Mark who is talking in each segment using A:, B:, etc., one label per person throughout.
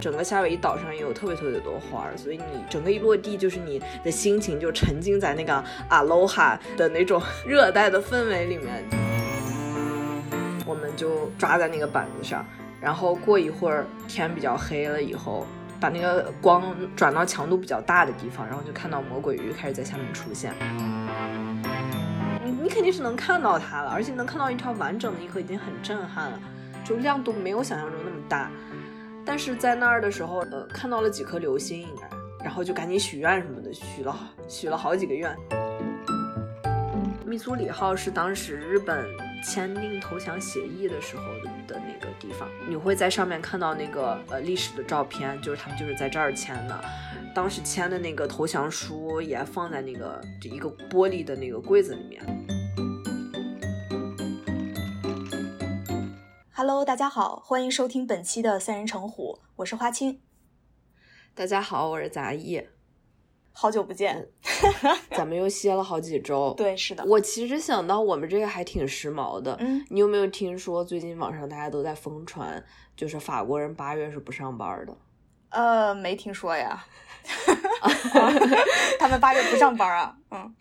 A: 整个夏威夷岛上也有特别特别多花儿，所以你整个一落地，就是你的心情就沉浸在那个 aloha 的那种热带的氛围里面。我们就抓在那个板子上，然后过一会儿天比较黑了以后，把那个光转到强度比较大的地方，然后就看到魔鬼鱼开始在下面出现。你你肯定是能看到它了，而且能看到一条完整的一颗已经很震撼了，就亮度没有想象中那么大。但是在那儿的时候，呃，看到了几颗流星，应该，然后就赶紧许愿什么的，许了许了好几个愿。密苏里号是当时日本签订投降协议的时候的那个地方，你会在上面看到那个呃历史的照片，就是他们就是在这儿签的。当时签的那个投降书也放在那个这一个玻璃的那个柜子里面。
B: Hello，大家好，欢迎收听本期的三人成虎，我是花青。
A: 大家好，我是杂艺，
B: 好久不见，
A: 咱们又歇了好几周。
B: 对，是的，
A: 嗯我其实想到我们这个还挺时髦的。
B: 嗯，
A: 你有没有听说最近网上大家都在疯传，就是法国人八月是不上班的？
B: 呃，没听 说呀，他们八月不上班啊， 嗯，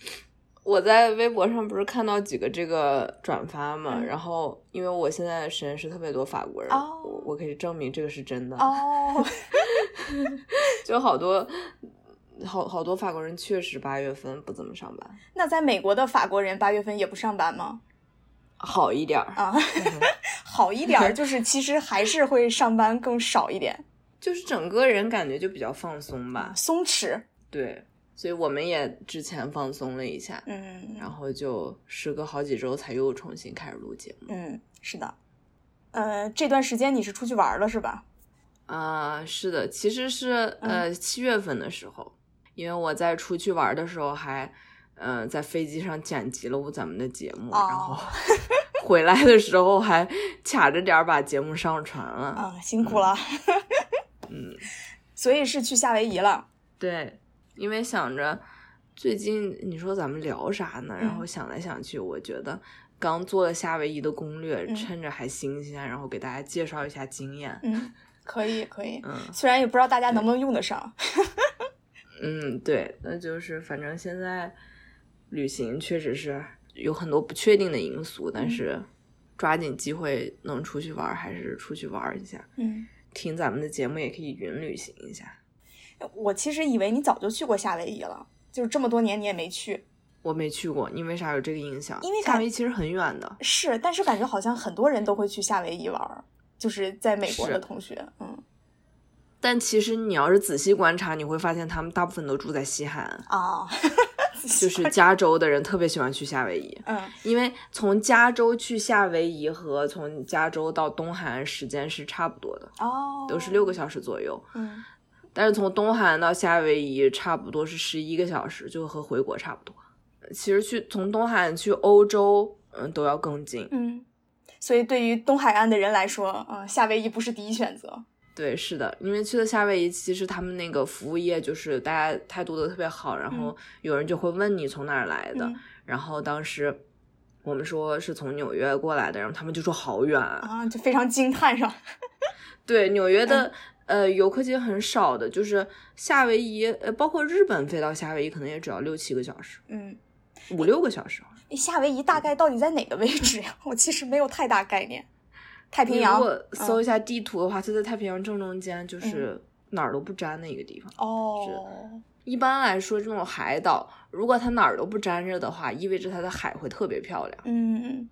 A: 我在微博上不是看到几个这个转发嘛，
B: 嗯
A: 然后因为我现在实验室特别多法国人，
B: 哦
A: 我我可以证明这个是真的，
B: 哦，
A: 就好多好好多法国人确实八月份不怎么上班，
B: 那在美国的法国人八月份也不上班吗？
A: 好一点儿，
B: 啊， 好一点儿，就是其实还是会上班更少一点，
A: 就是整个人感觉就比较放松吧，
B: 松弛，
A: 对，所以我们也之前放松了一下，
B: 嗯
A: 然后就时隔好几周才又重新开始录节目
B: 嗯，是的，呃，这段时间你是出去玩了是吧？
A: 啊、是的，其实是
B: 嗯
A: 呃七月份的时候，因为我在出去玩的时候还，呃，在飞机上剪辑了我咱们的节目，然后
B: 哦
A: 回来的时候还卡着点儿把节目上传了。
B: 啊，辛苦了，
A: 嗯，
B: 所以是去夏威夷了，
A: 对，因为想着最近你说咱们聊啥呢？然
B: 嗯
A: 后想来想去，我觉得刚做了夏威夷的攻略，
B: 嗯
A: 趁着还新鲜，然后给大家介绍一下经验。
B: 嗯，可以可以，
A: 嗯
B: 虽然也不知道大家能不能用得上，
A: 嗯，对，那就是反正现在旅行确实是有很多不确定的因素，
B: 嗯
A: 但是抓紧机会能出去玩儿还是出去玩儿一下，
B: 嗯。
A: 听咱们的节目也可以云旅行一下。
B: 我其实以为你早就去过夏威夷了，就是这么多年你也没去。
A: 我没去过，你为啥有这个印象？
B: 因为
A: 夏
B: 感
A: 威夷其实很远的，
B: 是，但是感觉好像很多人都会去夏威夷玩儿，就是在美国
A: 是
B: 的同学，嗯
A: 但其实你要是仔细观察，你会发现他们大部分都住在西海岸，
B: 啊，
A: 就是加州的人特别喜欢去夏威夷。
B: 嗯
A: 因为从加州去夏威夷和从加州到东海岸时间是差不多的，
B: 哦，
A: 都是六个小时左右。
B: 嗯
A: 但是从东海岸到夏威夷差不多是十一个小时，就和回国差不多。呃其实去从东海岸去欧洲，嗯，都要更近。
B: 嗯，所以对于东海岸的人来说，嗯，夏威夷不是第一选择，
A: 对，是的，因为去了夏威夷，其实他们那个服务业就是大家态度都特别好，然后有人就会问你从哪儿来的，
B: 嗯
A: 然后当时。我们说是从纽约过来的，然后他们就说好远啊，
B: 啊，就非常惊叹上，
A: 对，纽约的、呃游客其实很少的，就是夏威夷，呃，包括日本飞到夏威夷可能也只要六七个小时，
B: 嗯，
A: 五六个小时。
B: 夏威夷大概到底在哪个位置呀？ 我其实没有太大概念，太平
A: 你
B: 洋嗯
A: 如果搜一下地图的话，它在太平洋正中间，就是哪儿都不沾的一个地方。
B: 哦，
A: 一般来说，这种海岛如果它哪儿都不沾着的话，意味着它的海会特别漂亮。
B: 嗯，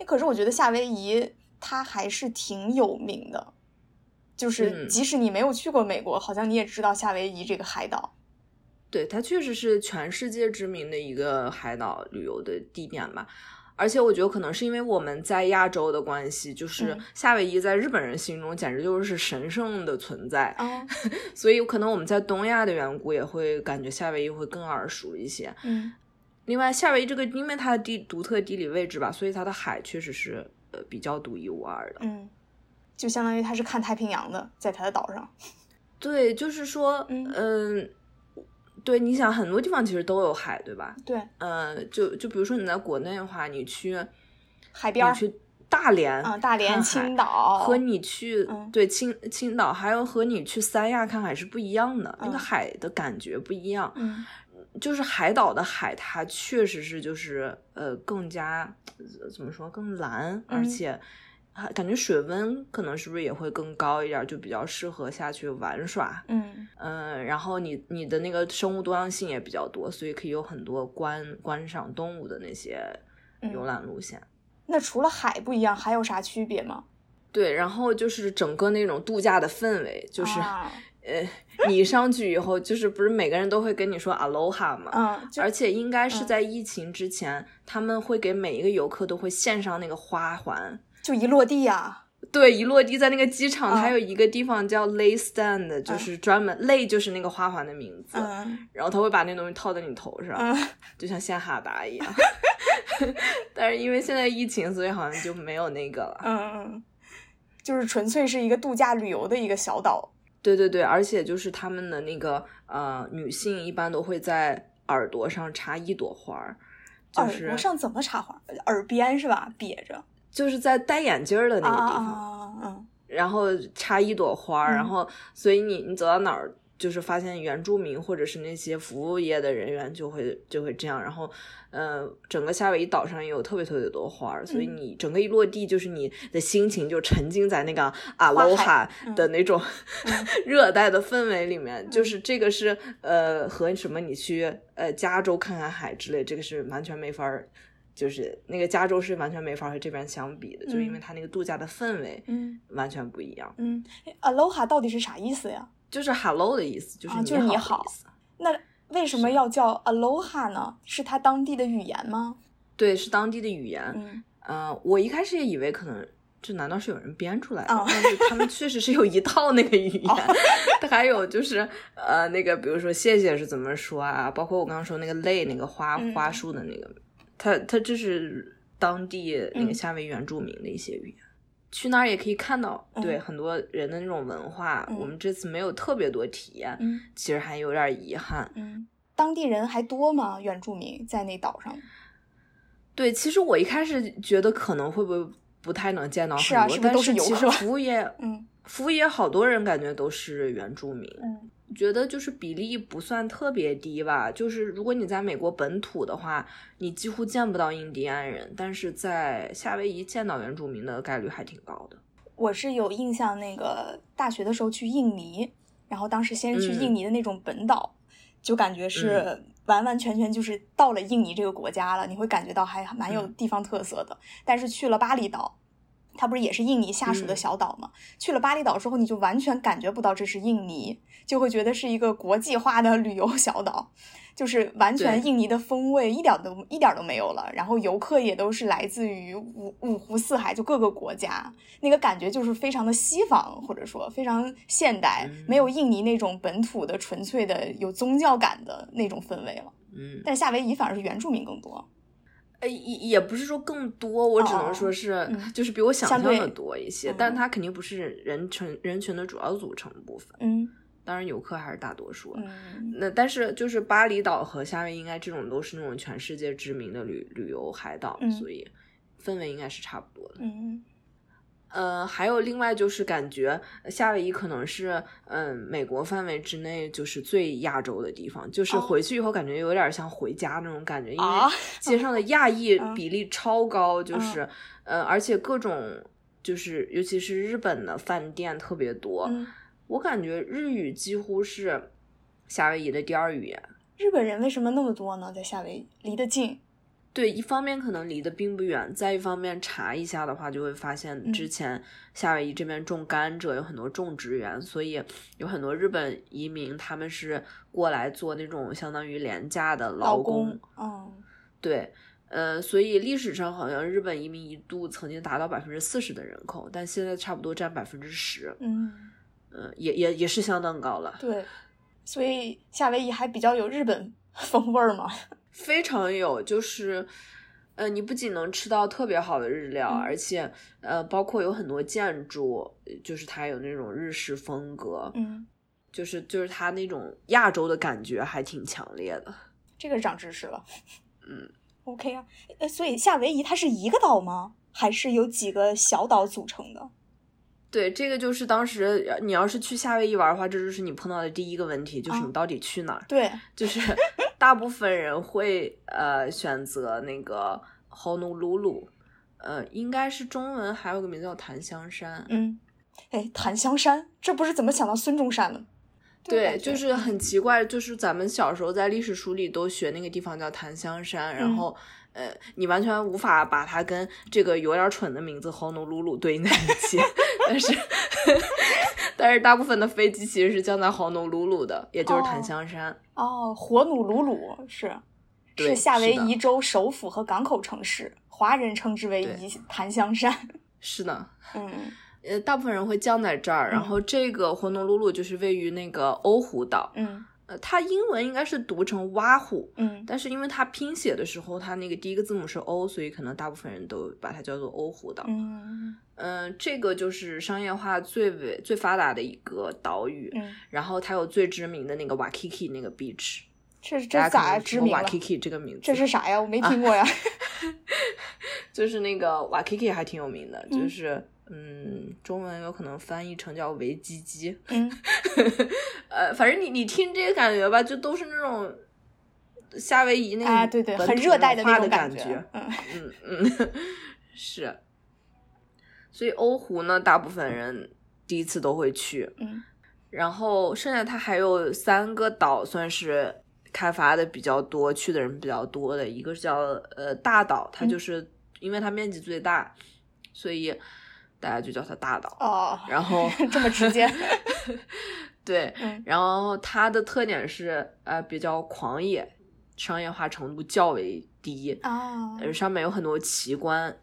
B: 哎，可是我觉得夏威夷它还是挺有名的，就是
A: 嗯
B: 即使你没有去过美国，好像你也知道夏威夷这个海岛。
A: 对，它确实是全世界知名的一个海岛旅游的地点吧。而且我觉得可能是因为我们在亚洲的关系，就是
B: 嗯
A: 夏威夷在日本人心中简直就是神圣的存在，
B: 啊，
A: 所以可能我们在东亚的缘故也会感觉夏威夷会更耳熟一些。
B: 嗯
A: 另外，夏威夷这个因为它的地独特地理位置吧，所以它的海确实是呃比较独一无二的。
B: 嗯，就相当于它是看太平洋的，在它的岛上。
A: 对，就是说，
B: 嗯
A: 嗯、对，你想很多地方其实都有海，对吧？呃
B: 对，
A: 嗯、就就比如说你在国内的话，你去
B: 海边儿
A: 你去大连
B: 嗯，大连、
A: 看海
B: 青岛
A: 和你去、
B: 嗯
A: 对青青岛，还有和你去三亚看海是不一样的，那个
B: 嗯
A: 海的感觉不一样。
B: 嗯
A: 就是海岛的海，它确实是就是呃更加呃怎么说更蓝，而
B: 嗯
A: 且啊感觉水温可能是不是也会更高一点儿，就比较适合下去玩耍。
B: 嗯
A: 嗯，然后你你的那个生物多样性也比较多，所以可以有很多观观赏动物的那些游
B: 嗯。
A: 览路线。
B: 那除了海不一样，还有啥区别吗？
A: 对，然后就是整个那种度假的氛围，就是、
B: 啊
A: 呃，你上去以后，就是不是每个人都会跟你说 aloha 吗？
B: 嗯，就
A: 而且应该是
B: 嗯
A: 在疫情之前，他们会给每一个游客都会献上那个花环。
B: 就一落地啊，
A: 对，一落地在那个机场，
B: 嗯
A: 它有一个地方叫 lay stand，就
B: 嗯
A: 是专门 lay 就是那个花环的名字，
B: 嗯
A: 然后他会把那东西套在你头上，
B: 嗯
A: 就像献哈达一样。 但是因为现在疫情，所以好像就没有那个了。
B: 嗯嗯，就是纯粹是一个度假旅游的一个小岛。
A: 对对对，而且就是他们的那个呃，女性一般都会在耳朵上插一朵花儿，就
B: 耳
A: 是
B: 朵上怎么插花？耳边是吧？别着
A: 就是在戴眼镜儿的那
B: 啊
A: 个地
B: 啊
A: 方。
B: 啊！嗯
A: 然后插一朵花儿，
B: 嗯
A: 然后所以你你走到哪儿，就是发现原住民或者是那些服务业的人员就会就会这样，然后，呃，整个夏威夷岛上也有特别特别多花儿，所以
B: 嗯
A: 你整个一落地，就是你的心情就沉浸在那个阿
B: 花
A: 罗哈
B: 海嗯
A: 的那种 热带的氛围里面，就是这个是呃和什么你去呃加州看看海之类，这个是完全没法儿。就是那个加州是完全没法儿和这边相比的，就是因为
B: 嗯
A: 它那个度假的氛围，
B: 嗯
A: 完全不一样。
B: 嗯诶，aloha 到底是啥意思呀？
A: 就是 hello 的意思，就是
B: 啊
A: 你
B: 就是你
A: 好的
B: 好
A: 意思。
B: 那为什么要叫 aloha 呢？是它当地的语言吗？
A: 对，是当地的语言。
B: 嗯
A: 嗯、我一开始也以为可能这难道是有人编出来的？
B: 哦
A: 但是他们确实是有一套那个语 言。它还有就是呃，那个比如说谢谢是怎么说啊？包括我刚刚说那个泪，那个花
B: 嗯
A: 花束的那个，它它这是当地那个
B: 嗯
A: 夏威夷原住民的一些语言。去那儿也可以看到，对、
B: 嗯
A: 很多人的那种文化。
B: 嗯
A: 我们这次没有特别多体验，
B: 嗯
A: 其实还有点遗憾。
B: 嗯，当地人还多吗？原住民在那岛上？
A: 对，其实我一开始觉得可能会不会不太能见到很
B: 是
A: 多，
B: 啊是不是
A: 但
B: 都
A: 是
B: 是游
A: 其实
B: 客
A: 服务业，
B: 嗯
A: 服务业好多人感觉都是原住民，
B: 嗯
A: 觉得就是比例不算特别低吧。就是如果你在美国本土的话，你几乎见不到印第安人，但是在夏威夷见到原住民的概率还挺高的。
B: 我是有印象，那个大学的时候去印尼，然后当时先是去
A: 嗯
B: 印尼的那种本岛，就感觉是完完全全就是到了印尼这个国家了，你会感觉到还蛮有
A: 嗯
B: 地方特色的。但是去了巴厘岛，它不是也是印尼下属的
A: 嗯
B: 小岛吗？去了巴厘岛之后，你就完全感觉不到这是印尼，就会觉得是一个国际化的旅游小岛。就是完全
A: 对
B: 印尼的风味一点儿都一点儿都没有了，然后游客也都是来自于五五湖四海，就各个国家，那个感觉就是非常的西方，或者说非常现代
A: 嗯，
B: 没有印尼那种本土的纯粹的有宗教感的那种氛围了。
A: 嗯，
B: 但夏威夷反而是原住民更多。
A: 呃，也也不是说更多，我只能说是、
B: 嗯
A: 就是比我想
B: 相
A: 象
B: 对
A: 的多一些，但
B: 嗯
A: 它肯定不是人群人群的主要组成部分，
B: 嗯
A: 当然游客还是大多数啊。
B: 嗯
A: 那但是就是巴厘岛和夏威夷，应该这种都是那种全世界知名的旅旅游海岛，
B: 嗯
A: 所以氛围应该是差不多的。
B: 嗯
A: 呃，还有另外就是感觉夏威夷可能是嗯美国范围之内就是最亚洲的地方，就是
B: 哦
A: 回去以后感觉有点像回家那种感觉，因为
B: 啊
A: 街上的亚裔
B: 嗯
A: 比例超高，就
B: 嗯
A: 是呃而且各种就是尤其是日本的饭店特别多，
B: 嗯，
A: 我感觉日语几乎是夏威夷的第二语言。
B: 日本人为什么那么多呢？在夏威夷离得近，
A: 对，一方面可能离得并不远，再一方面查一下的话，就会发现
B: 嗯
A: 之前夏威夷这边种甘蔗有很多种植园，所以有很多日本移民他们是过来做那种相当于廉价的劳
B: 老公，嗯
A: 对，呃，所以历史上好像日本移民一度曾经达到百分之四十的人口，但现在差不多占百分之十，
B: 嗯，
A: 嗯，也也也是相当高了。
B: 对，所以夏威夷还比较有日本 风味儿嘛。
A: 非常有，就是，呃，你不仅能吃到特别好的日料，
B: 嗯
A: 而且，呃，包括有很多建筑，呃就是它有那种日式风格，
B: 嗯，
A: 就是就是它那种亚洲的感觉还挺强烈的。
B: 这个长知识了。
A: 嗯
B: ，OK 啊，呃，所以夏威夷它是一个岛吗？还是由几个小岛组成的。
A: 对，这个就是当时呃你要是去夏威夷玩的话，这就是你碰到的第一个问题，就是
B: 哦
A: 你到底去哪儿？
B: 对，
A: 就是 大部分人会呃选择那个 Honolulu，呃，应该是中文还有个名字叫檀香山。
B: 嗯，哎，檀香山，这不是怎么想到孙中山了？
A: 对，
B: 对，
A: 就是很奇怪，就是咱们小时候在历史书里都学那个地方叫檀香山，然
B: 嗯
A: 后、呃，你完全无法把它跟这个有点蠢的名字 Honolulu 对应在一起，但是 但是大部分的飞机其实是降在 Honolulu 的，也就是檀
B: 哦
A: 香山。
B: 哦，火努鲁鲁是
A: 对
B: 是夏威
A: 是的
B: 夷州首府和港口城市，华人称之为
A: 对
B: 夷檀香山。
A: 是的，
B: 嗯
A: 呃，大部分人会降在这儿，然
B: 嗯
A: 后这个 Honolulu 就是位于那个欧胡岛，
B: 嗯
A: 呃，它英文应该是读成哇虎，
B: 嗯
A: 但是因为它拼写的时候，它那个第一个字母是 O，所以可能大部分人都把它叫做欧胡岛。
B: 嗯
A: 嗯、这个就是商业化最为最发达的一个岛屿，
B: 嗯，
A: 然后它有最知名的那个 Waikiki 那个 beach，
B: 这
A: 大
B: 这
A: 家可能
B: 咋
A: 听
B: 知
A: 过
B: 名了？
A: Waikiki 这个名字，
B: 这是啥呀？我没听过呀。
A: 啊就是那个 Waikiki 还挺有名的，就
B: 嗯
A: 是嗯，中文有可能翻译成叫维基基，
B: 嗯，
A: 呃，反正你你听这个感觉吧，就都是那种。夏威 夷那个
B: 啊，对对，
A: 本
B: 很
A: 土
B: 热带的
A: 文化
B: 那
A: 的
B: 种
A: 感
B: 觉。嗯
A: 嗯， 嗯，是。所以欧湖呢，大部分人第一次都会去，
B: 嗯
A: 然后剩下它还有三个岛算是开发的比较多，去的人比较多的，一个是叫呃大岛，它就是、因为它面积最大，所以大家就叫它大岛。
B: 哦，
A: 然后
B: 这 么直接。
A: 对，
B: 嗯
A: 然后它的特点是呃比较狂野，商业化程度较为低，
B: 啊，
A: 呃，上面有很多奇观，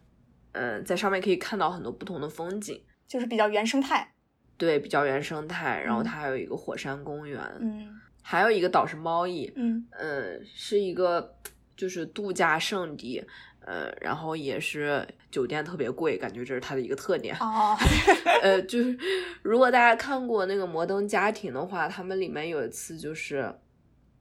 A: 嗯、在上面可以看到很多不同的风景，
B: 就是比较原生态。
A: 对，比较原生态。然后
B: 嗯
A: 它还有一个火山公园，
B: 嗯
A: 还有一个岛是猫屿，
B: 嗯
A: 嗯、是一个就是度假胜地，呃，然后也是酒店特别贵，感觉这是它的一个特 点。
B: 哦，
A: 呃，就是如果大家看过那个《摩登家庭》的话，他们里面有一次就是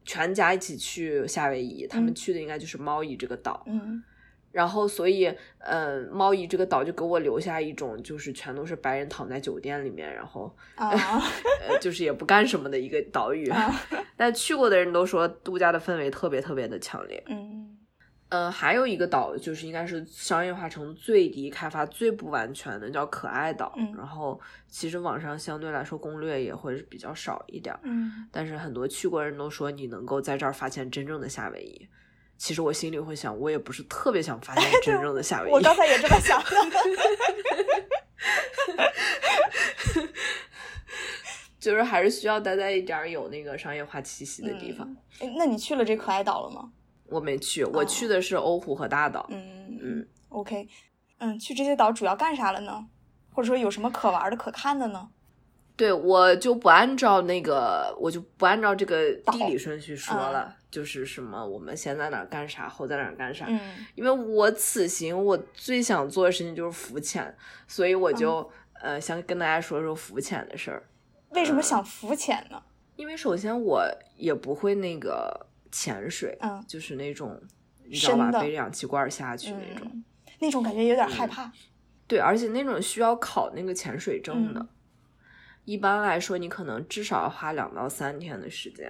A: 全家一起去夏威夷，他们
B: 嗯
A: 去的应该就是猫屿这个岛。
B: 嗯
A: 然后，所以，嗯，猫姨这个岛就给我留下一种就是全都是白人躺在酒店里面，然后
B: 啊
A: 呃，就是也不干什么的一个岛屿。
B: 啊
A: 但去过的人都说度假的氛围特别特别的强烈。
B: 嗯
A: 嗯，还有一个岛就是应该是商业化程度最低、开发最不完全的，叫可爱岛。
B: 嗯
A: 然后，其实网上相对来说攻略也会比较少一点儿，
B: 嗯
A: 但是很多去过人都说你能够在这儿发现真正的夏威夷。其实我心里会想，我也不是特别想发现真正的夏威夷。
B: 哎我刚才也这么想的。
A: 就是还是需要待在一点儿有那个商业化气息 的地 方。
B: 嗯哎那你去了这可爱岛了吗？
A: 我没去，我去的是欧湖和大岛。
B: 嗯
A: 嗯
B: ，OK，嗯，去这些岛主要干啥了呢？或者说有什么可玩的、可看的
A: 嗯
B: 呢？
A: 对，我就不按照那个，我就不按照这个地理顺序说
B: 岛
A: 了，就是什么我们先在哪儿干啥，后在哪儿干啥。
B: 嗯
A: 因为我此行我最想做的事情就是浮潜，所以我就、
B: 嗯
A: 呃想跟大家说说浮潜的事儿。，
B: 为
A: 嗯
B: 什么想浮潜呢？
A: 因为首先我也不会那个潜水，
B: 嗯
A: 就是那种你知道吧
B: 深，的
A: 背着氧气罐儿下去那种。嗯
B: 嗯，那种感觉有点害怕。
A: 对，而且那种需要考那个潜水证的，
B: 嗯
A: 一般来说你可能至少要花两到三天的时间，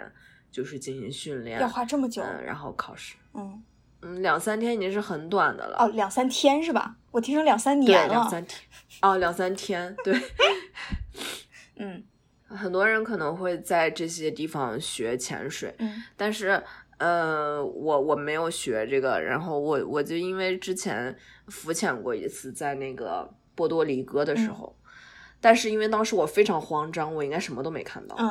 A: 就是进行训练，
B: 要花这么久？
A: 嗯，然后考试，
B: 嗯，
A: 嗯，两三天已经是很短的了，
B: 哦，两三天是吧？我听成两三
A: 对，
B: 年
A: 两
B: 了。
A: 三天，哦，两三天，对，
B: 嗯
A: 很多人可能会在这些地方学潜水，
B: 嗯
A: 但是，呃，我我没有学这个，然后我我就因为之前浮潜过一次，在那个波多黎各
B: 嗯
A: 的时候，但是因为当时我非常慌张，我应该什么都没看到，
B: 嗯，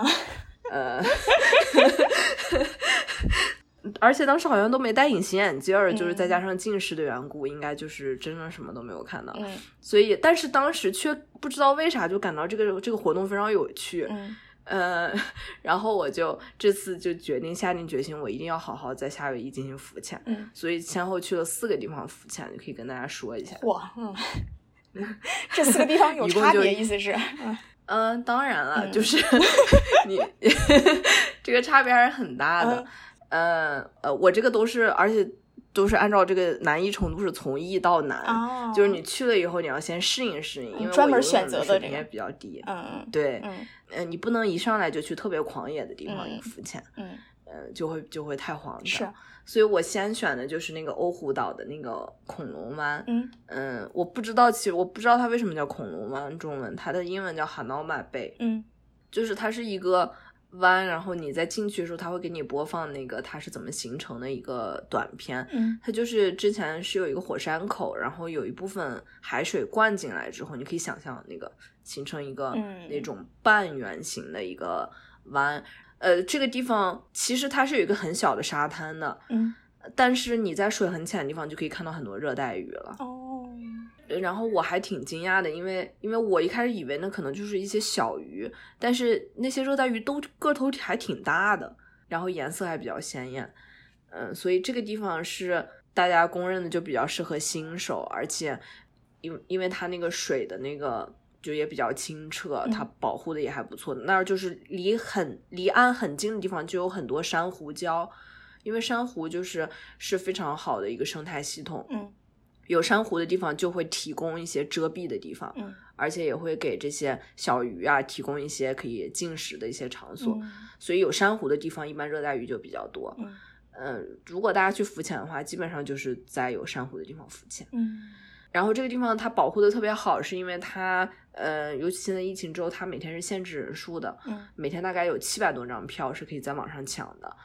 A: 呃， 而且当时好像都没戴隐形眼镜儿，就是再
B: 嗯
A: 加上近视的缘故，应该就是真的什么都没有看到，
B: 嗯
A: 所以，但是当时却不知道为啥就感到这个这个活动非常有趣，
B: 嗯
A: 呃， 然后我就这次就决定下定决心，我一定要好好在夏威夷进行浮潜，
B: 嗯，
A: 所以先后去了四个地方浮潜，就可以跟大家说一下。
B: 哇，嗯，这四个地方 有
A: 一共
B: 差
A: 就
B: 别，意思是，嗯
A: 嗯、当然了，
B: 嗯
A: 就是 你
B: 嗯
A: 这个差别还是很大的。呃呃，我这个都是，而且都是按照这个难易程度是从易到难，
B: 啊，
A: 就是你去了以后你要先适应适应，因为
B: 专
A: 我
B: 门
A: 游
B: 选
A: 泳
B: 择的
A: 水
B: 这
A: 平
B: 个
A: 也比较低。
B: 嗯
A: 对，
B: 嗯
A: 呃，你不能一上来就去特别狂野的地方
B: 嗯
A: 浮潜，
B: 嗯
A: 呃，就会就会太慌
B: 嗯，是
A: 张。所以我先选的就是那个欧胡岛的那个恐龙湾，
B: 嗯
A: 嗯，我不知道其，我不知道它为什么叫恐龙湾，中文它的英文叫 Hanoma Bay，
B: 嗯
A: 就是它是一个湾，然后你在进去的时候，它会给你播放那个它是怎么形成的一个短片。
B: 嗯
A: 它就是之前是有一个火山口，然后有一部分海水灌进来之后，你可以想象那个形成一个
B: 嗯
A: 那种半圆形的一个湾。呃，这个地方其实它是有一个很小的沙滩的，
B: 嗯
A: 但是你在水很浅的地方就可以看到很多热带鱼了。
B: 哦
A: 对然后我还挺惊讶的，因为因为我一开始以为那可能就是一些小鱼，但是那些热带鱼都个头还挺大的，然后颜色还比较鲜艳，嗯，所以这个地方是大家公认的就比较适合新手，而且因因为它那个水的那个就也比较清澈，
B: 嗯
A: 它保护的也还不错。那儿就是离很离岸很近的地方就有很多珊瑚礁，因为珊瑚就是是非常好的一个生态系统，
B: 嗯
A: 有珊瑚的地方就会提供一些遮蔽的地方，
B: 嗯
A: 而且也会给这些小鱼啊提供一些可以进食的一些场所。
B: 嗯
A: 所以有珊瑚的地方，一般热带鱼就比较多。
B: 嗯
A: 嗯，如果大家去浮潜的话，基本上就是在有珊瑚的地方浮潜。
B: 嗯
A: 然后这个地方它保护的特别好，是因为它，呃，尤其现在疫情之后，它每天是限制人数的，
B: 嗯
A: 每天大概有七百多张票是可以在网上抢的。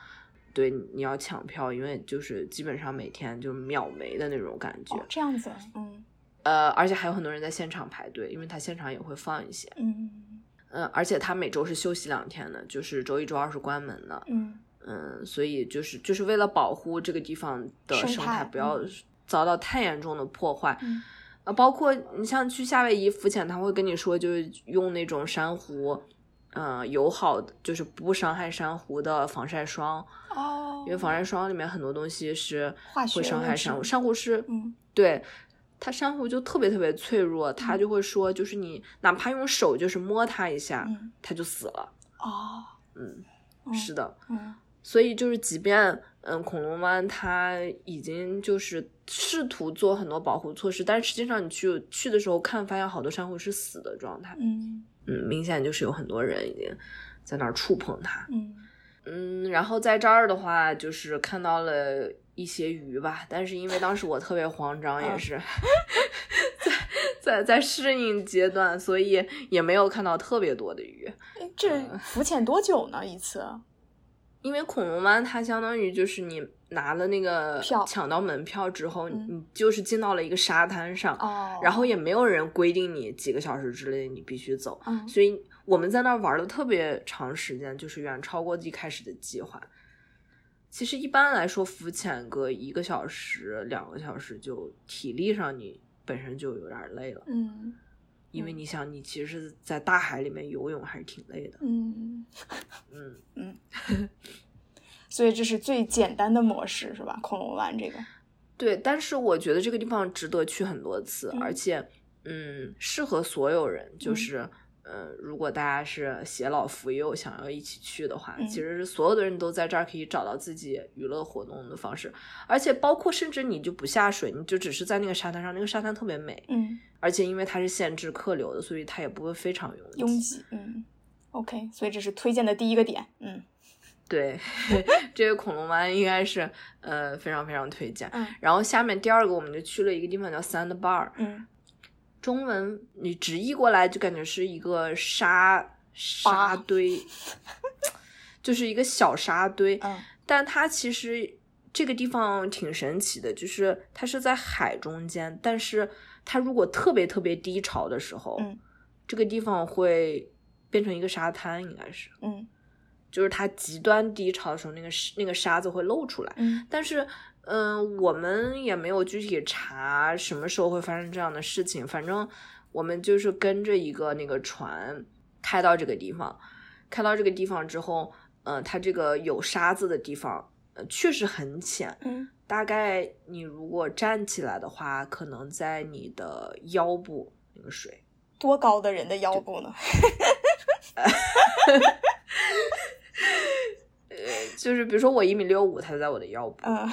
A: 对，你要抢票，因为就是基本上每天就秒没的那种感觉。
B: 哦这样子嗯
A: 呃，而且还有很多人在现场排队，因为他现场也会放一些。
B: 嗯
A: 嗯，而且他每周是休息两天的，就是周一、周二是关门的。
B: 嗯
A: 嗯，所以就是就是为了保护这个地方的
B: 生
A: 生
B: 态
A: 态不要
B: 嗯
A: 遭到太严重的破坏。
B: 嗯
A: 呃，包括你像去夏威夷浮潜，他会跟你说，就是用那种珊瑚，嗯，友好的就是不伤害珊瑚的防晒霜，
B: 哦
A: 因为防晒霜里面很多东西是
B: 化学
A: 会伤
B: 物
A: 害
B: 质
A: 珊瑚，珊瑚是
B: 嗯
A: 对，它珊瑚就特别特别脆弱，它
B: 嗯
A: 就会说，就是你哪怕用手就是摸它一下，
B: 嗯
A: 它就死了。
B: 哦
A: 嗯，
B: 嗯
A: 是的。
B: 嗯
A: 所以就是，即便嗯，恐龙湾它已经就是试图做很多保护措施，但是实际上你去去的时候看，发现好多珊瑚是死的状态。
B: 嗯
A: 嗯，明显就是有很多人已经在那儿触碰它。
B: 嗯
A: 嗯，然后在这儿的话，就是看到了一些鱼吧，但是因为当时我特别慌张，也
B: 嗯
A: 是在在在适应阶段，所以也没有看到特别多的鱼。
B: 诶这浮潜多久呢一次
A: 因为恐龙湾它相当于就是你拿了那个
B: 票
A: 抢到门票之后，
B: 嗯
A: 你就是进到了一个沙滩上，
B: 哦
A: 然后也没有人规定你几个小时之内你必须走，
B: 嗯
A: 所以我们在那儿玩的特别长时间，就是远超过一开始的计划。其实一般来说，浮潜个一个小时、两个小时就体力上你本身就有点累了，
B: 嗯
A: 因为
B: 嗯
A: 你想，你其实，在大海里面游泳还是挺累的。
B: 嗯。
A: 嗯，
B: 所以这是最简单的模式，是吧？恐龙湾这个，
A: 对。但是我觉得这个地方值得去很多次，
B: 嗯
A: 而且，嗯，适合所有人。就
B: 嗯
A: 是，呃，如果大家是携老扶幼想要一起去的话，
B: 嗯
A: 其实是所有的人都在这儿可以找到自己娱乐活动的方式，而且包括甚至你就不下水，你就只是在那个沙滩上，那个沙滩特别美，
B: 嗯，
A: 而且因为它是限制客流的，所以它也不会非常拥
B: 拥挤，嗯，OK，所以这是推荐的第一个点，嗯
A: 对，这个恐龙湾应该是呃非常非常推荐。
B: 嗯
A: 然后下面第二个，我们就去了一个地方叫 Sand Bar，
B: 嗯，
A: 中文你直译过来就感觉是一个沙沙堆，就是一个小沙堆。
B: 嗯
A: 但它其实这个地方挺神奇的，就是它是在海中间，但是它如果特别特别低潮的时候，
B: 嗯
A: 这个地方会变成一个沙滩，应该是。
B: 嗯
A: 就是它极端低潮的时候，那个沙那个沙子会露出来。
B: 嗯
A: 但是，嗯、我们也没有具体查什么时候会发生这样的事情。反正我们就是跟着一个那个船开到这个地方，开到这个地方之后，嗯、它这个有沙子的地方，呃，确实很浅。
B: 嗯
A: 大概你如果站起来的话，可能在你的腰部那个水。
B: 多高的人的腰部呢？
A: 就是比如说我一米六五，它就在我的腰部。
B: 嗯、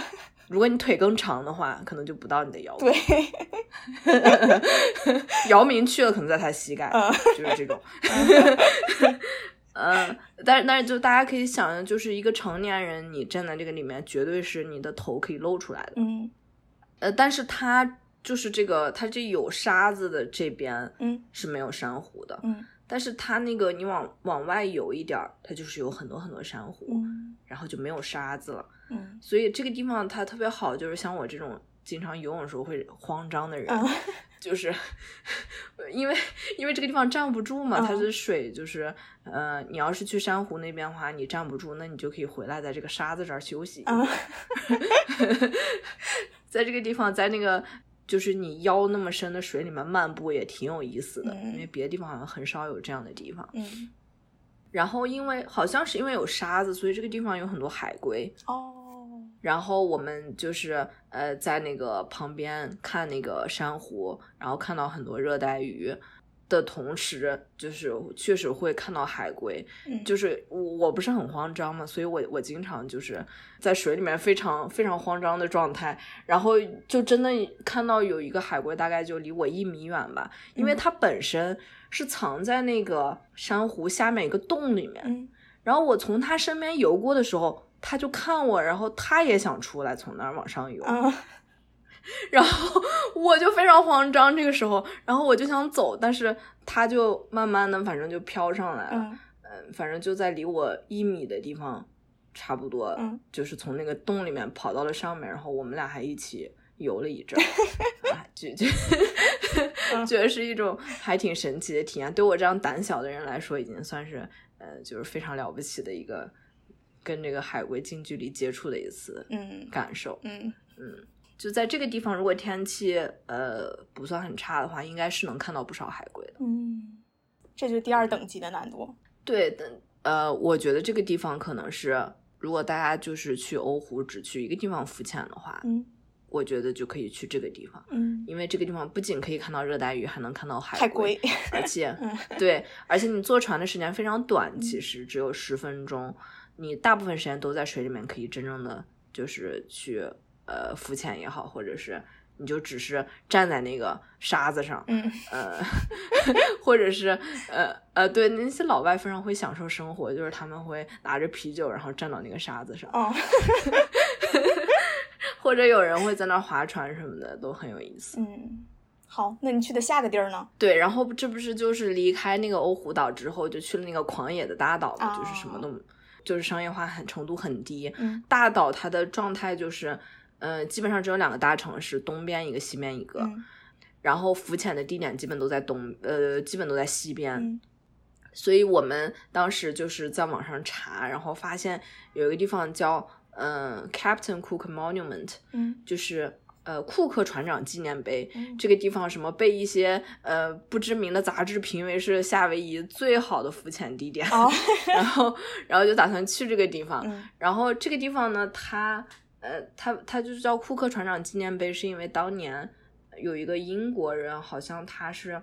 A: 如果你腿更长的话，可能就不到你的腰部。
B: 对，
A: 姚明去了，可能在他膝盖，
B: 嗯
A: 就是这种。 呃，但是但是就大家可以想象，就是一个成年人，你站在这个里面，绝对是你的头可以露出来的。
B: 嗯
A: 呃，但是它就是这个，它这有沙子的这边
B: 嗯
A: 是没有珊瑚的，
B: 嗯
A: 但是它那个你往往外游一点儿，它就是有很多很多珊瑚，
B: 嗯
A: 然后就没有沙子了。
B: 嗯
A: 所以这个地方它特别好，就是像我这种经常游泳的时候会慌张的人，
B: 嗯
A: 就是因为因为这个地方站不住嘛，
B: 嗯
A: 它的水就是呃，你要是去珊瑚那边的话，你站不住，那你就可以回来在这个沙子这儿休息。
B: 嗯
A: 在这个地方，在那个就是你腰那么深的水里面漫步也挺有意思的，
B: 嗯
A: 因为别的地方好像很少有这样的地方。
B: 嗯
A: 然后因为好像是因为有沙子，所以这个地方有很多海龟。
B: 哦
A: 然后我们就是呃在那个旁边看那个珊瑚，然后看到很多热带鱼的同时，就是确实会看到海龟。
B: 嗯
A: 就是我我不是很慌张嘛，所以我我经常就是在水里面非常非常慌张的状态，然后就真的看到有一个海龟，大概就离我一米远吧，因为
B: 嗯
A: 它本身是藏在那个珊瑚下面一个洞里面，
B: 嗯
A: 然后我从他身边游过的时候，他就看我，然后他也想出来从那儿往上游，
B: 嗯
A: 然后 我就非常慌张。这个时候，然后我就想走，但是他就慢慢的，反正就飘上来了，
B: 嗯
A: 嗯，反正就在离我一米的地方，差不多，
B: 嗯
A: 就是从那个洞里面跑到了上面，然后我们俩还一起游了一 阵儿，啊，就就
B: 嗯
A: 觉得是一种还挺神奇的体验。对我这样胆小的人来说，已经算是呃，就是非常了不起的一个跟这个海龟近距离接触的一次
B: 嗯
A: 感受。
B: 嗯
A: 就在这个地方，如果天气呃不算很差的话，应该是能看到不少海龟的。
B: 嗯，这就是第二等级的难度。
A: 对的，呃，我觉得这个地方可能是，如果大家就是去欧湖只去一个地方浮潜的话，
B: 嗯
A: 我觉得就可以去这个地方，
B: 嗯，
A: 因为这个地方不仅可以看到热带鱼，还能看到海
B: 海龟。
A: 而且
B: 嗯
A: 对，而且你坐船的时间非常短，其实只有十分钟，你大部分时间都在水里面，可以真正的就是去呃浮潜也好，或者是你就只是站在那个沙子上，
B: 嗯
A: 呃， 或者是呃呃，对，那些老外非常会享受生活，就是他们会拿着啤酒，然后站到那个沙子上，
B: 哦
A: 或者有人会在那儿划船什么的，都很有意思。
B: 嗯，好，那你去的下个地儿呢？
A: 对，然后这不是就是离开那个欧胡岛之后，就去了那个狂野的大岛嘛，就是什么
B: 哦
A: 都，就是商业化很程度很低。
B: 嗯
A: 大岛它的状态就是，呃，基本上只有两个大城市，东边一个，西边一个。
B: 嗯
A: 然后浮潜的地点基本都在东，呃，基本都在西边。
B: 嗯
A: 所以我们当时就是在网上查，然后发现有一个地方叫嗯、呃 Captain Cook Monument，
B: 嗯
A: 就是呃库克船长纪念碑。
B: 嗯
A: 这个地方什么被一些呃不知名的杂志评为是夏威夷最好的浮潜地点，
B: 哦
A: 然后然后就打算去这个地方。
B: 嗯
A: 然后这个地方呢，它呃，它它就是叫库克船长纪念碑，是因为当年有一个英国人，好像他是，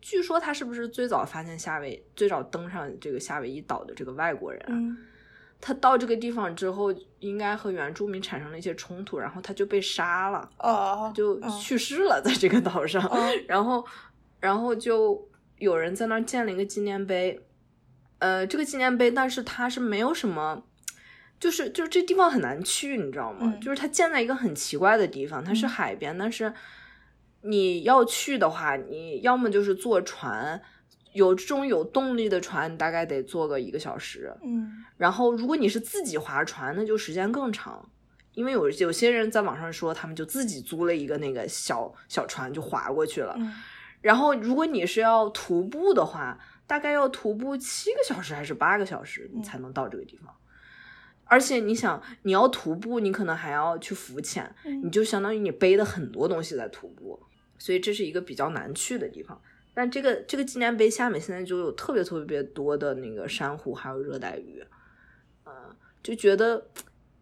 A: 据说他是不是最早发现夏威最早登上这个夏威夷岛的这个外国人啊、
B: 嗯
A: 他到这个地方之后，应该和原住民产生了一些冲突，然后他就被杀了，
B: 哦，
A: 就
B: 嗯
A: 去世了，在这个岛上。
B: 嗯
A: 然后，然后就有人在那儿建了一个纪念碑，呃，这个纪念碑，但是它是没有什么，就是就是这地方很难去，你知道吗？
B: 嗯
A: 就是它建在一个很奇怪的地方，它是
B: 嗯
A: 海边，但是你要去的话，你要么就是坐船。有这种有动力的船，你大概得坐个一个小时。
B: 嗯
A: 然后，如果你是自己划船，那就时间更长，因为有有些人在网上说，他们就自己租了一个那个小小船就划过去了。
B: 嗯
A: 然后，如果你是要徒步的话，大概要徒步七个小时还是八个小时，你
B: 嗯
A: 才能到这个地方。而且你想，你要徒步，你可能还要去浮潜，你
B: 嗯
A: 就相当于你背的很多东西在徒步，所以这是一个比较难去的地方。但这个这个纪念碑下面现在就有特别特别多的那个珊瑚，还有热带鱼，嗯、就觉得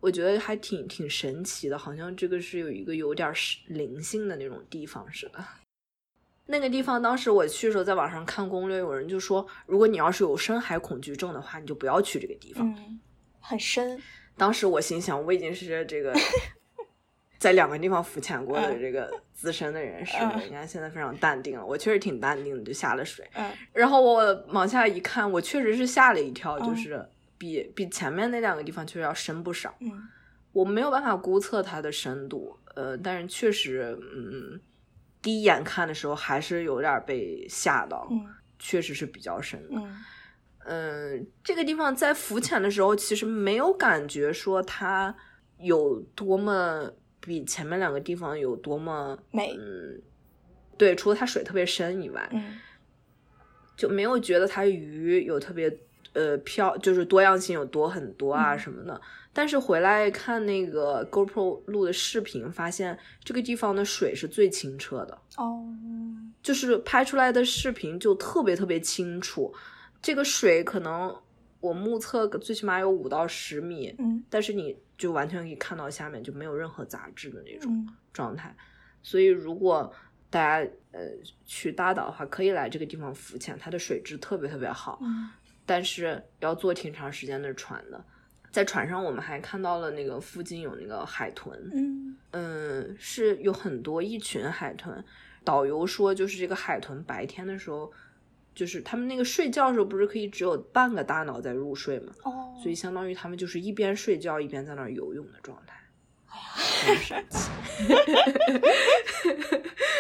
A: 我觉得还挺挺神奇的，好像这个是有一个有点儿是灵性的那种地方似的。那个地方当时我去的时候，在网上看攻略，有人就说，如果你要是有深海恐惧症的话，你就不要去这个地方。
B: 嗯很深。
A: 当时我心想，我已经是这 个在两个地方浮潜过的这个资深的人士了，
B: 嗯
A: 人家现在非常淡定了。我确实挺淡定的，就下了水。
B: 嗯
A: 然后我往下一看，我确实是吓了一跳，就
B: 嗯
A: 是比比前面那两个地方确实要深不少。
B: 嗯
A: 我没有办法估测它的深度，呃，但是确实，嗯，第一眼看的时候还是有点被吓到，
B: 嗯
A: 确实是比较深的。
B: 嗯
A: 嗯，这个地方在浮潜的时候，其实没有感觉说它有多么比前面两个地方有多么
B: 美
A: 嗯，对，除了它水特别深以外，
B: 嗯
A: 就没有觉得它鱼有特别呃漂，就是多样性有多很多啊
B: 嗯
A: 什么的。但是回来看那个 GoPro 录的视频，发现这个地方的水是最清澈的，
B: 哦
A: 就是拍出来的视频就特别特别清楚。这个水可能我目测最起码有五到十米，
B: 嗯
A: 但是你就完全可以看到下面就没有任何杂质的那种
B: 嗯
A: 状态。所以如果大家呃去大岛的话，可以来这个地方浮潜，它的水质特别特别好。
B: 嗯
A: 但是要坐挺长时间的船的。在船上，我们还看到了那个附近有那个海豚，
B: 嗯
A: 嗯，是有很多一群海豚。导游说，就是这个海豚白天的时候，就是他们那个睡觉的时候，不是可以只有半个大脑在入睡嘛，
B: 哦，
A: 所以相当于他们就是一边睡觉一边在那儿游泳的状态。很神奇。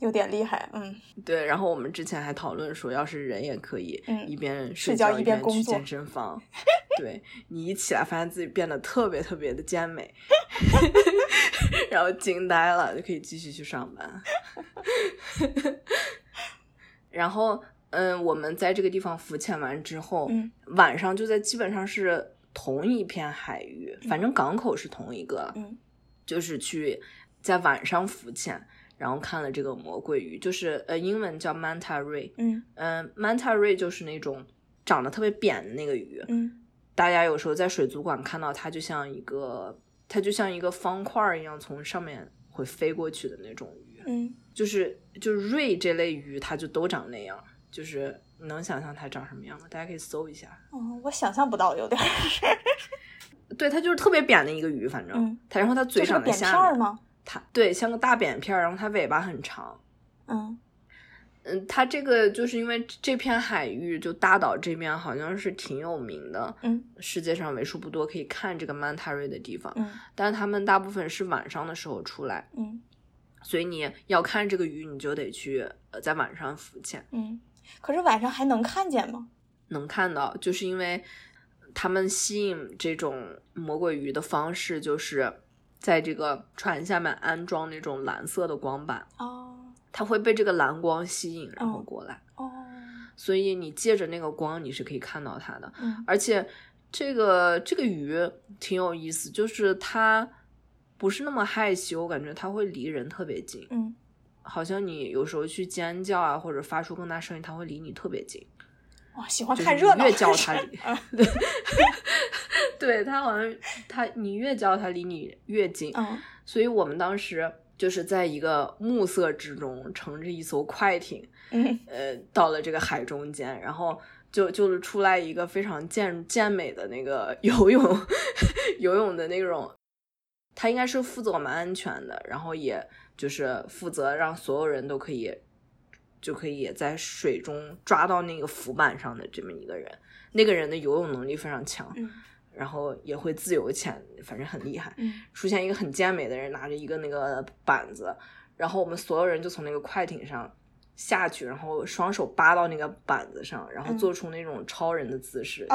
B: 有点厉害，嗯
A: 对，然后我们之前还讨论说，要是人也可以
B: 嗯
A: 一边
B: 睡
A: 觉
B: 觉
A: 一
B: 一边
A: 去
B: 工作
A: 健身房。 对你一起来，发现自己变得特别特别的健美，然后惊呆了，就可以继续去上班。 然后，嗯，我们在这个地方浮潜完之后，
B: 嗯
A: 晚上就在基本上是同一片海域，反正港口是同一个，
B: 嗯
A: 就是去在晚上浮潜，然后看了这个魔鬼鱼，就是呃英文叫 manta ray，
B: 嗯
A: 嗯、m a n t a ray 就是那种长得特别扁的那个鱼，
B: 嗯
A: 大家有时候在水族馆看到它，就像一个它就像一个方块儿一样从上面会飞过去的那种鱼，
B: 嗯
A: 就是就是 ray 这类鱼，它就都长那样，就是能想象它长什么样吗？大家可以搜一下，
B: 哦，我想象不到，有点儿，
A: 对，它就是特别扁的一个鱼，反正、
B: 嗯
A: 它然后它嘴
B: 这是
A: 长在
B: 个扁片
A: 下
B: 儿
A: 面，
B: 吗？
A: 它对像个大扁片儿，然后它尾巴很长。
B: 嗯
A: 嗯，它这个就是因为这片海域，就大岛这边好像是挺有名的，
B: 嗯
A: 世界上为数不多可以看这个曼塔瑞的地方。
B: 嗯
A: 但是他们大部分是晚上的时候出来，
B: 嗯
A: 所以你要看这个鱼，你就得去呃在晚上浮潜，
B: 嗯，可是晚上还能看见吗？
A: 能看到，就是因为他们吸引这种魔鬼鱼的方式就是。在这个船下面安装那种蓝色的光板，
B: 哦
A: 它会被这个蓝光吸引，然后
B: 哦
A: 过来。
B: 哦，
A: 所以你借着那个光，你是可以看到它的。
B: 嗯
A: 而且这个这个鱼挺有意思，就是它不是那么害羞，我感觉它会离人特别近，
B: 嗯，
A: 好像你有时候去尖叫啊，或者发出更大声音，它会离你特别近，
B: 哇，喜欢
A: 就是
B: 看
A: 你
B: 热闹，
A: 越叫它
B: 是
A: 离，对它好像它你越叫它离你越近，
B: 嗯
A: 所以我们当时。就是在一个暮色之中，乘着一艘快艇，
B: 嗯
A: 呃，到了这个海中间，然后就就是出来一个非常健健美的那个 游泳游泳的那种，他应该是负责我们安全的，然后也就是负责让所有人都可以就可以在水中抓到那个浮板上的这么一个人，那个人的游泳能力非常强，
B: 嗯
A: 然后也会自由潜，反正很厉害。
B: 嗯
A: 出现一个很健美的人拿着一个那个板子，然后我们所有人就从那个快艇上下去，然后双手扒到那个板子上，然后
B: 嗯啊
A: 做出那种超人的姿势，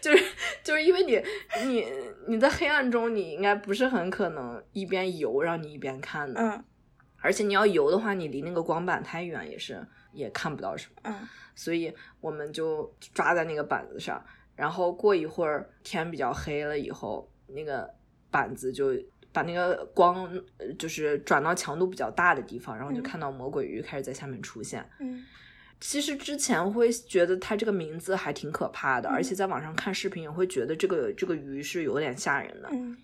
A: 就是 就是就是因为你你你在黑暗中，你应该不是很可能一边游让你一边看的，
B: 嗯
A: 而且你要游的话，你离那个光板太远也是也看不到什么。
B: 嗯
A: 所以我们就抓在那个板子上，然后过一会儿天比较黑了以后，那个板子就把那个光呃就是转到强度比较大的地方，然后就
B: 嗯
A: 看到魔鬼鱼开始在下面出现。
B: 嗯
A: 其实之前会觉得它这个名字还挺可怕的，
B: 嗯
A: 而且在网上看视频也会觉得这个这个鱼是有点吓人的。
B: 嗯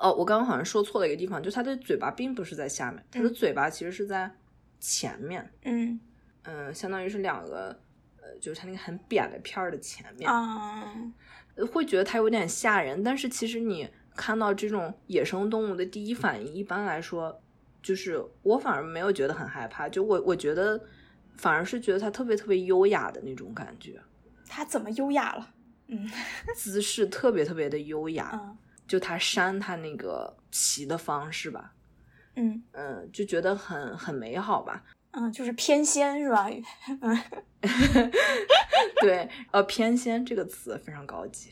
A: 哦，我刚刚好像说错了一个地方，就它的嘴巴并不是在下面，它的
B: 嗯
A: 嘴巴其实是在前面。
B: 嗯
A: 嗯，相当于是两个呃就是它那个很扁的片儿的前面，呃
B: 啊，
A: 会觉得它有点吓人。但是其实你看到这种野生动物的第一反应，一般来说就是我反而没有觉得很害怕，就我我觉得反而是觉得它特别特别优雅的那种感觉，
B: 它怎么优雅了？嗯
A: 姿势特别特别的优雅，
B: 啊
A: 就它扇它那个旗的方式吧，
B: 嗯
A: 嗯，就觉得很很美好吧。
B: 嗯，就是偏仙是吧？嗯，
A: 对，呃，偏仙这个词非常高级，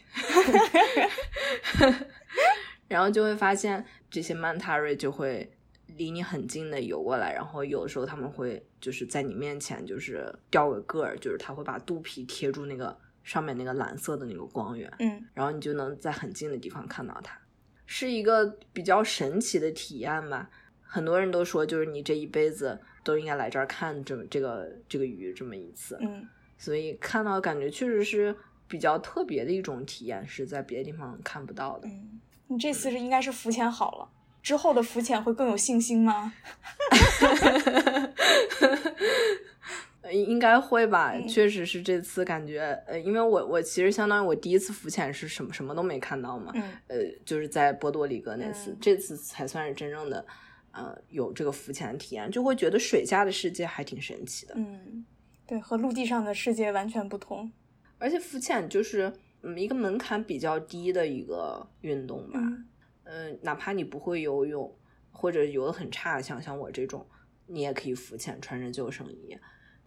A: 然后就会发现这些曼塔瑞就会离你很近的游过来，然后有的时候他们会就是在你面前就是掉个个儿，就是它会把肚皮贴住那个上面那个蓝色的那个光源，
B: 嗯
A: 然后你就能在很近的地方看到它，是一个比较神奇的体验吧。很多人都说，就是你这一辈子都应该来这儿看这这个这个鱼这么一次，
B: 嗯
A: 所以看到感觉确实是比较特别的一种体验，是在别的地方看不到的。
B: 嗯，你这次是应该是浮潜好了，之后的浮潜会更有信心吗？
A: 呃应该会吧，
B: 嗯
A: 确实是这次感觉，呃，因为我我其实相当于我第一次浮潜是什么什么都没看到嘛，
B: 嗯
A: 呃，就是在波多黎各那次，
B: 嗯
A: 这次才算是真正的，呃，有这个浮潜体验，就会觉得水下的世界还挺神奇的，
B: 嗯，对，和陆地上的世界完全不同。
A: 而且浮潜就是嗯一个门槛比较低的一个运动吧，
B: 嗯
A: 嗯，哪怕你不会游泳，或者游得很差，像像我这种，你也可以浮潜，穿着救生衣。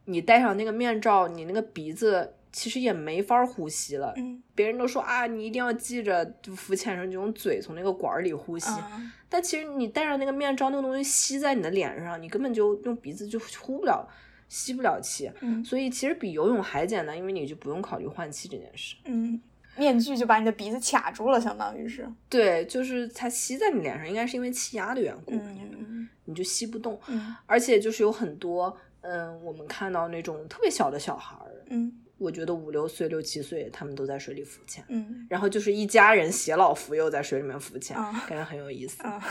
A: 你戴上那个面罩，你那个鼻子其实也没法呼吸了。
B: 嗯
A: 别人都说啊，你一定要记着，就浮潜时候你用嘴从那个管儿里呼吸。
B: 啊
A: 但其实你戴上那个面罩，那个东西吸在你的脸上，你根本就用鼻子就呼不了，吸不了气。
B: 嗯
A: 所以其实比游泳还简单，因为你就不用考虑换气这件事。
B: 嗯，面具就把你的鼻子卡住了，相当于是。
A: 对，就是它吸在你脸上，应该是因为气压的缘故，
B: 嗯
A: 你就吸不动。
B: 嗯
A: 而且就是有很多，嗯，我们看到那种特别小的小孩儿，
B: 嗯
A: 我觉得五六岁、六七岁，他们都在水里浮潜，
B: 嗯
A: 然后就是一家人携老扶幼在水里面浮潜，
B: 啊
A: 感觉很有意思。
B: 啊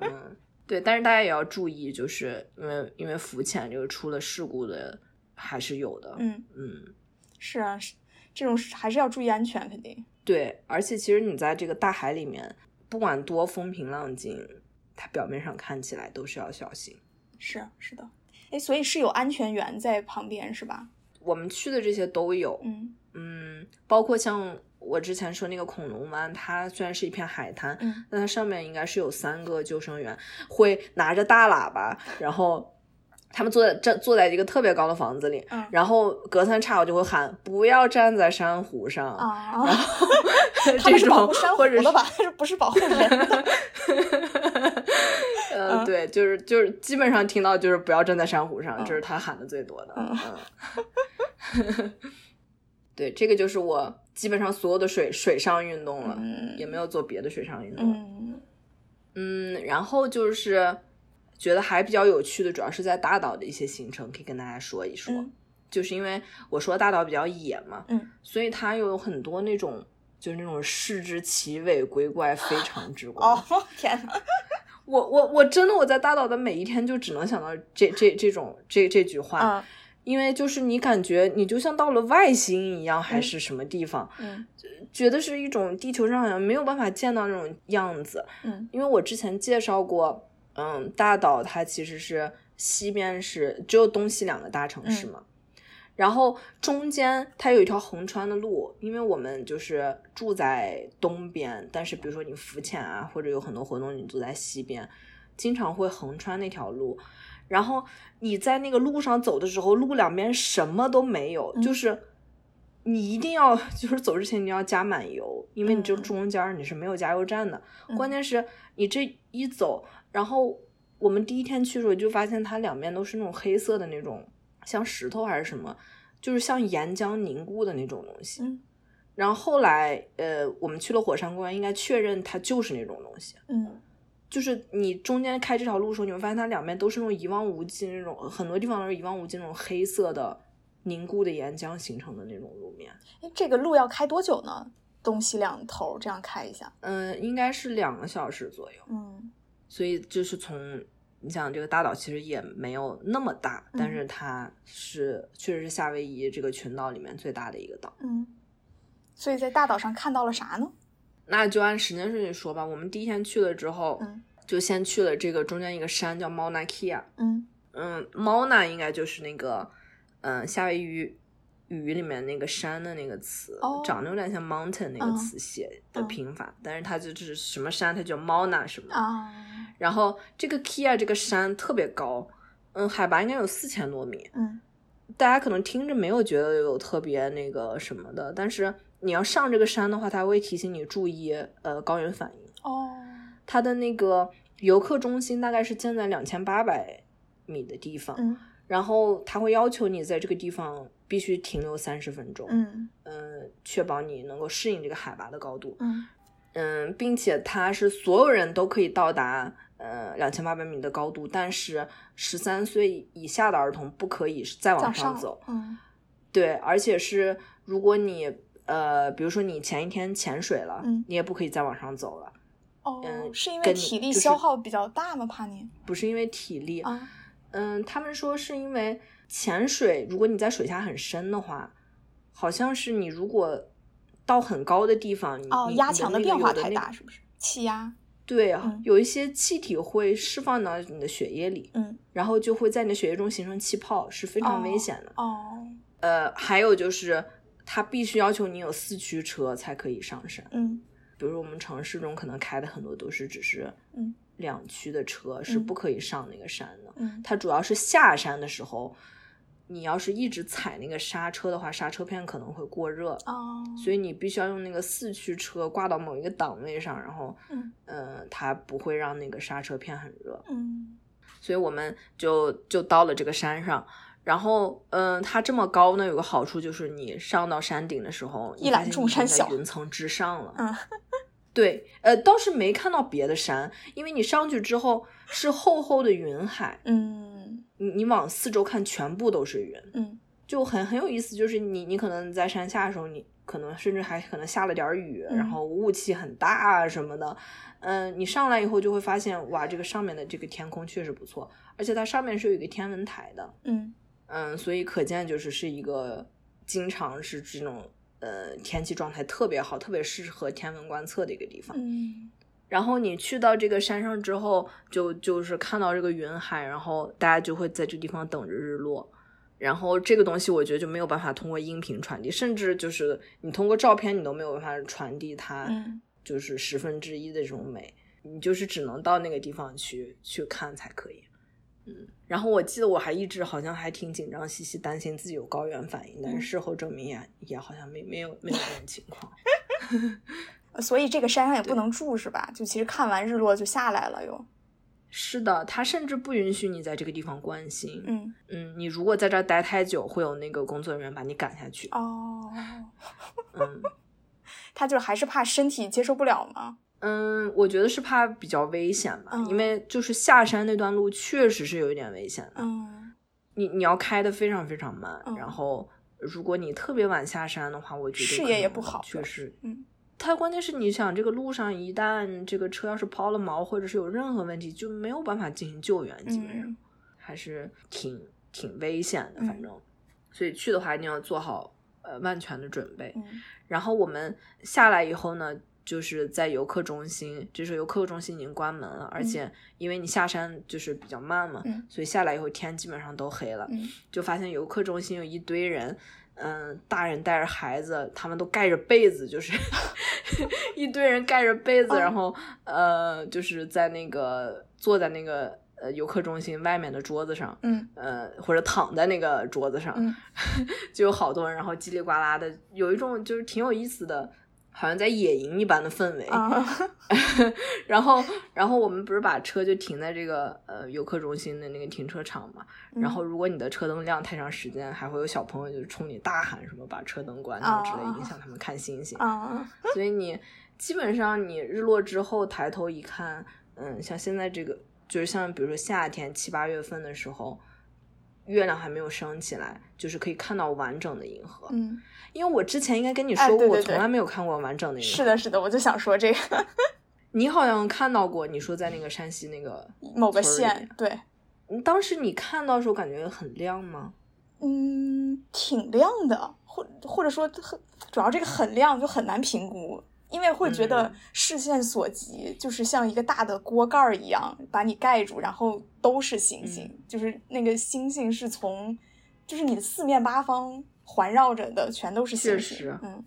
A: 嗯，对，但是大家也要注意，就是因为因为浮潜这个出了事故的还是有的。
B: 嗯，
A: 嗯，
B: 是啊，是这种是还是要注意安全，肯定。
A: 对，而且其实你在这个大海里面，不管多风平浪静，它表面上看起来都是要小心。
B: 是是的，哎，所以是有安全员在旁边是吧？
A: 我们去的这些都有，
B: 嗯
A: 嗯，包括像我之前说那个恐龙湾，它虽然是一片海滩，
B: 嗯
A: 但它上面应该是有三个救生员会拿着大喇叭，然后他们坐在站坐在一个特别高的房子里，
B: 嗯
A: 然后隔三差五就会喊不要站在珊瑚上，
B: 啊，他
A: 这
B: 们是保护
A: 种
B: 珊瑚
A: 或者
B: 的
A: 是
B: 吧？ 不是保护人的。
A: 呃，
B: 嗯
A: 对，就是就是基本上听到就是不要站在珊瑚上，这是他喊的最多的。
B: 嗯
A: 嗯 对，这个就是我基本上所有的水水上运动了，
B: 嗯
A: 也没有做别的水上运动。
B: 嗯
A: 嗯然后就是觉得还比较有趣的，主要是在大岛的一些行程，可以跟大家说一说。
B: 嗯
A: 就是因为我说大岛比较野嘛，
B: 嗯，
A: 所以它有很多那种就是那种视之奇伟、鬼怪非常之光。
B: 哦， 天哪！
A: 我我我真的我在大岛的每一天就只能想到这这这种这这句话，
B: 啊
A: 因为就是你感觉你就像到了外星一样，还是什么地方，
B: 嗯
A: 觉得是一种地球上好像没有办法见到那种样子。
B: 嗯
A: 因为我之前介绍过，嗯，大岛它其实是西边是只有东西两个大城市嘛，然后中间它有一条横穿的路，因为我们就是住在东边，但是比如说你浮潜啊，或者有很多活动你住在西边，经常会横穿那条路。然后你在那个路上走的时候，路两边什么都没有，
B: 嗯
A: 就是你一定要 就是走之前你要加满油，因为你就
B: 嗯
A: 中间儿你是没有加油站的。
B: 嗯
A: 关键是你这一走，然后我们第一天去的时候就发现它两边都是那种黑色的那种，像石头还是什么，就是像岩浆凝固的那种东西。
B: 嗯
A: 然后后来，呃，我们去了火山公园，应该确认它就是那种东西。
B: 嗯
A: 就是你中间开这条路的时候，你会发现它两边都是那种一望无际那种，很多地方都是一望无际那种黑色的凝固的岩浆形成的那种路面。
B: 哎，这个路要开多久呢？东西两头这样开一下。
A: 嗯，应该是两个小时左右。
B: 嗯
A: 所以就是从你想这个大岛其实也没有那么大，
B: 嗯
A: 但是它是确实是夏威夷这个群岛里面最大的一个岛。
B: 嗯，所以在大岛上看到了啥呢？
A: 那就按时间顺序说吧。我们第一天去了之后，
B: 嗯
A: 就先去了这个中间一个山叫 Mauna Kea。
B: 嗯
A: 嗯，Mauna 应该就是那个嗯夏威夷语语里面那个山的那个词，
B: 哦
A: 长得有点像 mountain 那个
B: 嗯
A: 词写的
B: 嗯
A: 拼法，但是它就是什么山，它叫 Mauna 什么。
B: 啊，
A: 然后这个 Kia 这个山特别高，嗯，海拔应该有四千多米。
B: 嗯
A: 大家可能听着没有觉得有特别那个什么的，但是你要上这个山的话，它会提醒你注意呃高原反应。
B: 哦，
A: 它的那个游客中心大概是建在两千八百米的地方，
B: 嗯
A: 然后它会要求你在这个地方必须停留三十分钟，
B: 嗯
A: 嗯，确保你能够适应这个海拔的高度。
B: 嗯
A: 嗯，并且它是所有人都可以到达呃两千八百米的高度，但是十三岁以下的儿童不可以再
B: 早
A: 往
B: 上
A: 上走。
B: 嗯
A: 对，而且是如果你呃，比如说你前一天潜水了，
B: 嗯
A: 你也不可以再往上走了，
B: 哦，
A: 嗯
B: 是因为
A: 跟你
B: 体力
A: 就是
B: 消耗比较大吗？怕你
A: 不是因为体力，
B: 啊？
A: 嗯，他们说是因为潜水，如果你在水下很深的话，好像是你如果到很高的地方，你
B: 哦，
A: 你
B: 压
A: 你
B: 强
A: 那个
B: 的变
A: 嗯有
B: 化
A: 的
B: 太
A: 那
B: 大，是不是？气压，
A: 对啊，
B: 嗯
A: 有一些气体会释放到你的血液里，
B: 嗯，
A: 然后就会在你的血液中形成气泡，是非常危险的。
B: 哦，
A: 呃，还有就是，它必须要求你有四驱车才可以上山。
B: 嗯
A: 比如说我们城市中可能开的很多都是只是
B: 嗯
A: 两驱的车，是
B: 嗯
A: 不可以上那个山的。
B: 嗯，
A: 它主要是下山的时候，你要是一直踩那个刹车的话，刹车片可能会过热，
B: 哦，
A: 所以你必须要用那个四驱车挂到某一个档位上，然后，
B: 嗯
A: 呃，它不会让那个刹车片很热。
B: 嗯
A: 所以我们就就到了这个山上。然后，嗯，它这么高呢，有个好处就是你上到山顶的时候，
B: 一览
A: 你发现
B: 众
A: 你已经
B: 山
A: 在
B: 小
A: 云层之上了。
B: 嗯，
A: 对，呃，倒是没看到别的山，因为你上去之后是厚厚的云海，
B: 嗯
A: 你你往四周看，全部都是云，
B: 嗯
A: 就很很有意思。就是你你可能在山下的时候，你可能甚至还可能下了点儿雨，
B: 嗯
A: 然后雾气很大啊什么的。嗯，你上来以后就会发现，哇，这个上面的这个天空确实不错，而且它上面是有一个天文台的，
B: 嗯
A: 嗯，所以可见就是是一个经常是这种呃天气状态特别好，特别适合天文观测的一个地方。
B: 嗯
A: 然后你去到这个山上之后，就就是看到这个云海，然后大家就会在这个地方等着日落。然后这个东西我觉得就没有办法通过音频传递，甚至就是你通过照片你都没有办法传递它，
B: 嗯
A: 就是十分之一的这种美，你就是只能到那个地方去去看才可以。嗯，然后我记得我还一直好像还挺紧张兮兮，担心自己有高原反应，但是
B: 嗯
A: 事后证明也也好像没没有没有这种情况。
B: 呃所以这个山上也不能住是吧？就其实看完日落就下来了又，
A: 是的，它甚至不允许你在这个地方关心。
B: 嗯
A: 嗯，你如果在这儿待太久，会有那个工作人员把你赶下去。
B: 哦，
A: 嗯
B: 他就还是怕身体接受不了嘛，
A: 嗯，我觉得是怕比较危险吧，
B: 嗯
A: 因为就是下山那段路确实是有一点危险的。
B: 嗯
A: 你你要开的非常非常慢，
B: 嗯
A: 然后如果你特别晚下山的话，我觉得
B: 视
A: 可
B: 野也
A: 能
B: 不好
A: 确实，
B: 嗯。
A: 它关键是你想，这个路上一旦这个车要是抛了锚，或者是有任何问题，就没有办法进行救援，基本上。
B: 嗯
A: 还是挺挺危险的，
B: 嗯
A: 反正，所以去的话一定要做好呃万全的准备。
B: 嗯
A: 然后我们下来以后呢，就是在游客中心，这时候游客中心已经关门了，而且因为你下山就是比较慢嘛，
B: 嗯
A: 所以下来以后天基本上都黑了，
B: 嗯
A: 就发现游客中心有一堆人。嗯，大人带着孩子，他们都盖着被子，就是 一堆人盖着被子，
B: 哦
A: 然后呃，就是在那个坐在那个呃游客中心外面的桌子上，
B: 嗯
A: 呃，或者躺在那个桌子上，
B: 嗯
A: 就有好多人，然后叽里呱啦的，有一种就是挺有意思的，好像在野营一般的氛围。
B: 啊，
A: 然后，然后我们不是把车就停在这个呃游客中心的那个停车场嘛？
B: 嗯
A: 然后，如果你的车灯亮太长时间，还会有小朋友就是冲你大喊什么把车灯关掉之类，
B: 啊
A: 影响他们看星星。
B: 啊，
A: 所以你基本上你日落之后抬头一看，嗯，像现在这个就是像比如说夏天七八月份的时候，月亮还没有升起来，就是可以看到完整的银河。
B: 嗯，
A: 因为我之前应该跟你
B: 哎
A: 说过，
B: 对对
A: 我
B: 对
A: 从来没有看过完整的银河。
B: 是的，是的，我就想说这个，
A: 你好像看到过，你说在那个山西那个
B: 某个
A: 村儿里
B: 县，对，
A: 你当时你看到的时候感觉很亮吗？
B: 嗯，挺亮的，或或者说很，主要这个很亮就很难评估，因为会觉得
A: 嗯
B: 视线所及就是像一个大的锅盖儿一样把你盖住，然后都是星星，
A: 嗯
B: 就是那个星星是从，就是你的四面八方环绕着的全都是星
A: 确
B: 星
A: 实，
B: 嗯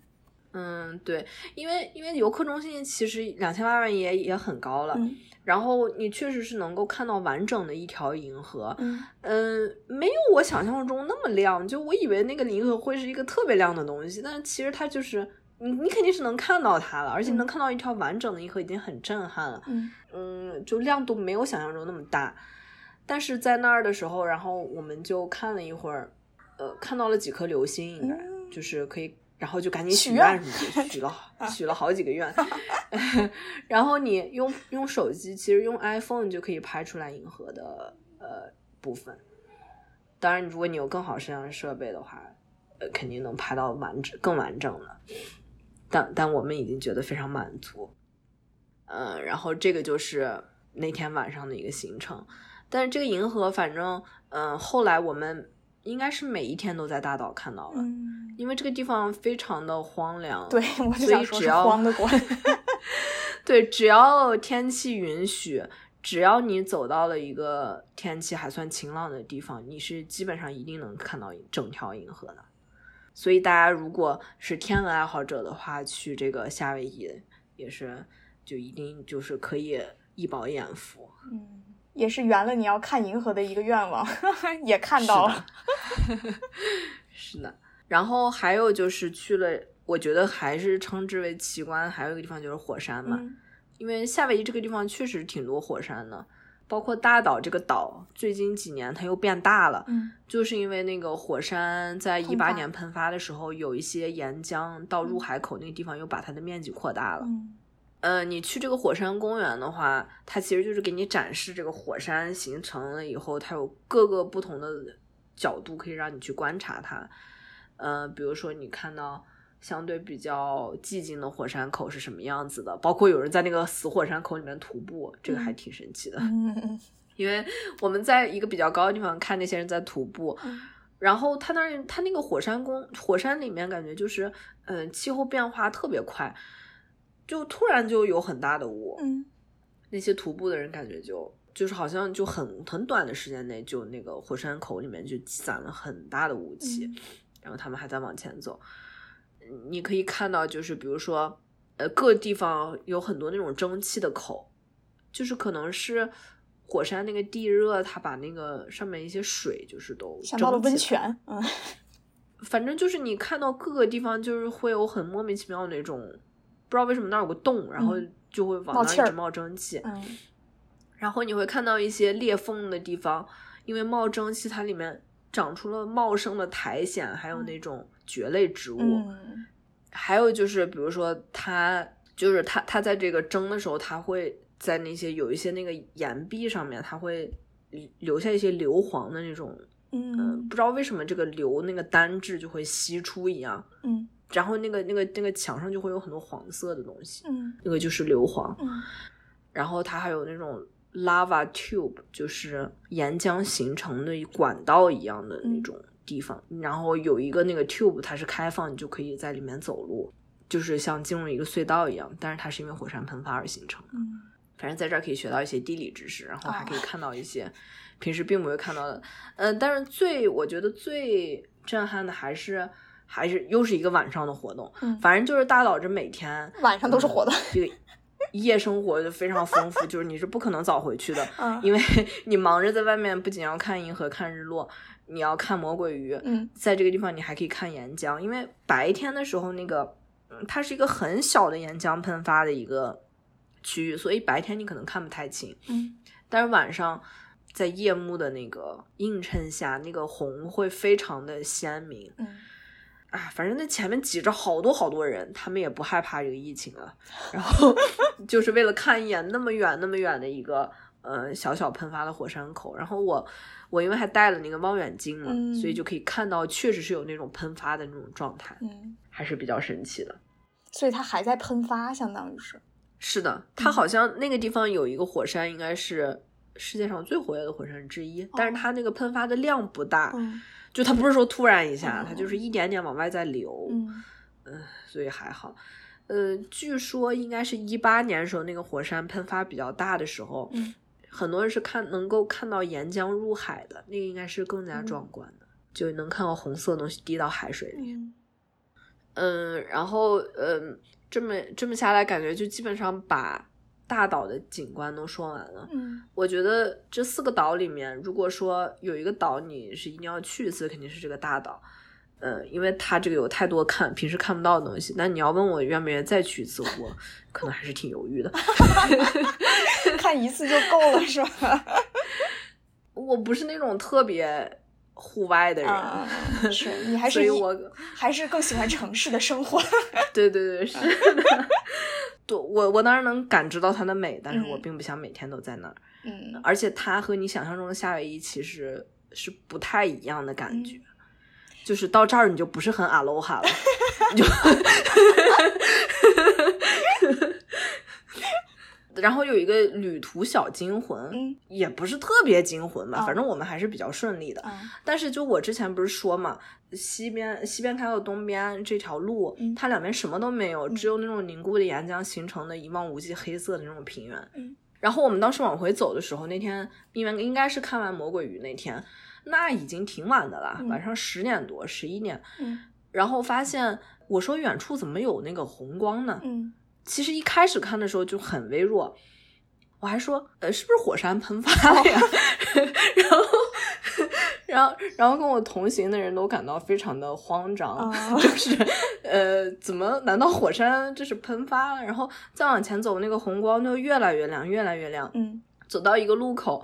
A: 嗯，对，因为因为游客中心其实两千八万也也很高了，
B: 嗯
A: 然后你确实是能够看到完整的一条银河，
B: 嗯，
A: 嗯，没有我想象中那么亮，就我以为那个银河会是一个特别亮的东西，但是其实它就是你你肯定是能看到它了，而且
B: 嗯
A: 能看到一条完整的银河已经很震撼了，
B: 嗯
A: 嗯，就亮度没有想象中那么大，但是在那儿的时候，然后我们就看了一会儿，呃，看到了几颗流星，应该、
B: 嗯
A: 就是可以，然后就赶紧
B: 许
A: 许
B: 愿
A: 愿什 么的，许了好许了好几个愿， 然后你用用手机，其实用 iPhone 就可以拍出来银河的呃部分，当然如果你有更好摄像设备的话，呃，肯定能拍到完整更完整了，但但我们已经觉得非常满足。嗯，然后这个就是那天晚上的一个行程。但是这个银河，反正嗯、呃后来我们应该是每一天都在大岛看到了，
B: 嗯
A: 因为这个地方非常的荒凉。
B: 对，我就
A: 所
B: 想
A: 以
B: 说
A: 只
B: 是
A: 要
B: 慌的 过来，
A: 对，只要天气允许，只要你走到了一个天气还算晴朗的地方，你是基本上一定能看到整条银河的。所以大家如果是天文爱好者的话，去这个夏威夷也是就一定就是可以一饱眼福。
B: 嗯，也是圆了你要看银河的一个愿望， 也看
A: 是
B: 到
A: 的
B: 了，
A: 是的，然后还有就是去了，我觉得还是称之为奇观，还有一个地方就是火山嘛，
B: 嗯
A: 因为夏威夷这个地方确实挺多火山的，包括大岛这个岛，最近几年它又变大了，
B: 嗯
A: 就是因为那个火山在一
B: 喷
A: 八
B: 发
A: 年喷发的时候，有一些岩浆到入海口那个地方又把它的面积扩大了。
B: 嗯
A: 呃，你去这个火山公园的话，它其实就是给你展示这个火山形成了以后，它有各个不同的角度可以让你去观察它。呃，比如说你看到相对比较寂静的火山口是什么样子的，包括有人在那个死火山口里面徒步，这个还
B: 嗯
A: 挺神奇的。
B: 嗯嗯嗯
A: 因为我们在一个比较高的地方看那些人在徒步，
B: 嗯
A: 然后它那儿它那个火山公火山里面感觉就是，嗯、气候变化特别快，就突然就有很大的雾，
B: 嗯。
A: 那些徒步的人感觉就就是好像就很很短的时间内就那个火山口里面就积攒了很大的雾气，
B: 嗯
A: 然后他们还在往前走，嗯你可以看到就是比如说，呃，各地方有很多那种蒸汽的口，就是可能是。火山那个地热，它把那个上面一些水就是都
B: 想到了
A: 蒸
B: 温
A: 起来
B: 泉，嗯
A: 反正就是你看到各个地方，就是会有很莫名其妙的那种，不知道为什么那儿有个洞，然后
B: 嗯
A: 就会往
B: 冒
A: 那儿
B: 气
A: 一直
B: 儿
A: 冒蒸汽。
B: 嗯
A: 然后你会看到一些裂缝的地方，因为冒蒸汽，它里面长出了茂盛的苔藓，还有那种蕨类植物。
B: 嗯
A: 还有就是，比如说它就是它它在这个蒸的时候，它会在那些有一些那个岩壁上面，它会留下一些硫磺的那种，呃
B: 嗯
A: 不知道为什么这个硫那个单质就会析出一样。
B: 嗯
A: 然后那个那个那个墙上就会有很多黄色的东西，
B: 嗯
A: 那个就是硫磺。
B: 嗯
A: 然后它还有那种 lava tube，就是岩浆形成的管道一样的
B: 嗯
A: 那种地方。然后有一个那个 tube，它是开放，你就可以在里面走路，就是像进入一个隧道一样。但是它是因为火山喷发而形成的。
B: 嗯
A: 反正在这儿可以学到一些地理知识，然后还
B: 哦
A: 可以看到一些平时并不会看到的。嗯、但是最我觉得最震撼的还是还是又是一个晚上的活动，
B: 嗯
A: 反正就是大岛这每天
B: 晚上都是活的，
A: 这个嗯夜生活就非常丰富，就是你是不可能早回去的，
B: 嗯
A: 因为 你忙着在外面，不仅要看银河、看日落，你要看魔鬼鱼，
B: 嗯
A: 在这个地方你还可以看岩浆，因为白天的时候那个嗯它是一个很小的岩浆喷发的一个区域，所以白天你可能看不太清，
B: 嗯
A: 但是晚上在夜幕的那个映衬下，那个红会非常的鲜明。
B: 嗯
A: 啊，反正那前面挤着好多好多人，他们也不害怕这个疫情 了，然后就是为了看一眼那么远那么远的一个呃小小喷发的火山口。然后我我因为还带了那个望远镜嘛，
B: 嗯
A: 所以就可以看到确实是有那种喷发的那种状态，
B: 嗯，
A: 还是比较神奇的。
B: 所以它还在喷发，相当于是，
A: 是的，
B: 嗯
A: 它好像那个地方有一个火山，应该是世界上最活跃的火山之一，但是
B: 哦
A: 它那个喷发的量不大，
B: 嗯
A: 就它不是说突然一下，
B: 哦
A: 它就是一点点往外在流，
B: 嗯
A: 所以还好。呃，据说应该是一八年时候那个火山喷发比较大的时候，
B: 嗯
A: 很多人是看能够看到岩浆入海的，那个应该是更加
B: 嗯
A: 壮观的，就能看到红色的东西滴到海水里。
B: 嗯
A: 嗯，然后嗯，这么这么下来，感觉就基本上把大岛的景观都说完了。
B: 嗯
A: 我觉得这四个岛里面，如果说有一个岛你是一定要去一次，肯定是这个大岛。呃，因为它这个有太多看平时看不到的东西。但你要问我愿不愿意再去一次， 我可能还是挺犹豫的。
B: 看一次就够了是 吧？
A: 我不是那种特别户外的人，
B: 啊， 是你还
A: 所
B: 是
A: 以
B: 一
A: 我
B: 还是更喜欢城市的 生活。
A: 对对 对，是 的。对，我我当然能感知到它的美，但是我
B: 嗯
A: 并不想每天都在那儿。
B: 嗯，
A: 而且它和你想象中的夏威夷其实是不太一样的感觉，就是到这儿你就不是很阿罗哈了，你就。然后有一个旅途小惊魂，
B: 嗯
A: 也不是特别惊魂吧，
B: 啊
A: 反正我们还是比较顺利的。
B: 啊
A: 但是就我之前不是说嘛，西边西边开到东边这条路，
B: 嗯
A: 它两边什么都没有，只有那种凝固的岩浆形成的一望无际黑色的那种平原。
B: 嗯
A: 然后我们当时往回走的时候，那天应该应该是看完《魔鬼鱼》那天，那已经挺晚的了，
B: 嗯
A: 晚上十点多、十一点。
B: 嗯
A: 然后发现我说远处怎么有那个红光呢？
B: 嗯，
A: 其实一开始看的时候就很微弱，我还说，呃，是不是火山喷发了
B: 哦
A: 呀？ 然后，然后，然后跟我同行的人都感到非常的慌张，
B: 哦
A: 就是，呃，怎么？难道火山这是喷发了？然后再往前走，那个红光就越来越亮，越来越亮。
B: 嗯
A: 走到一个路口，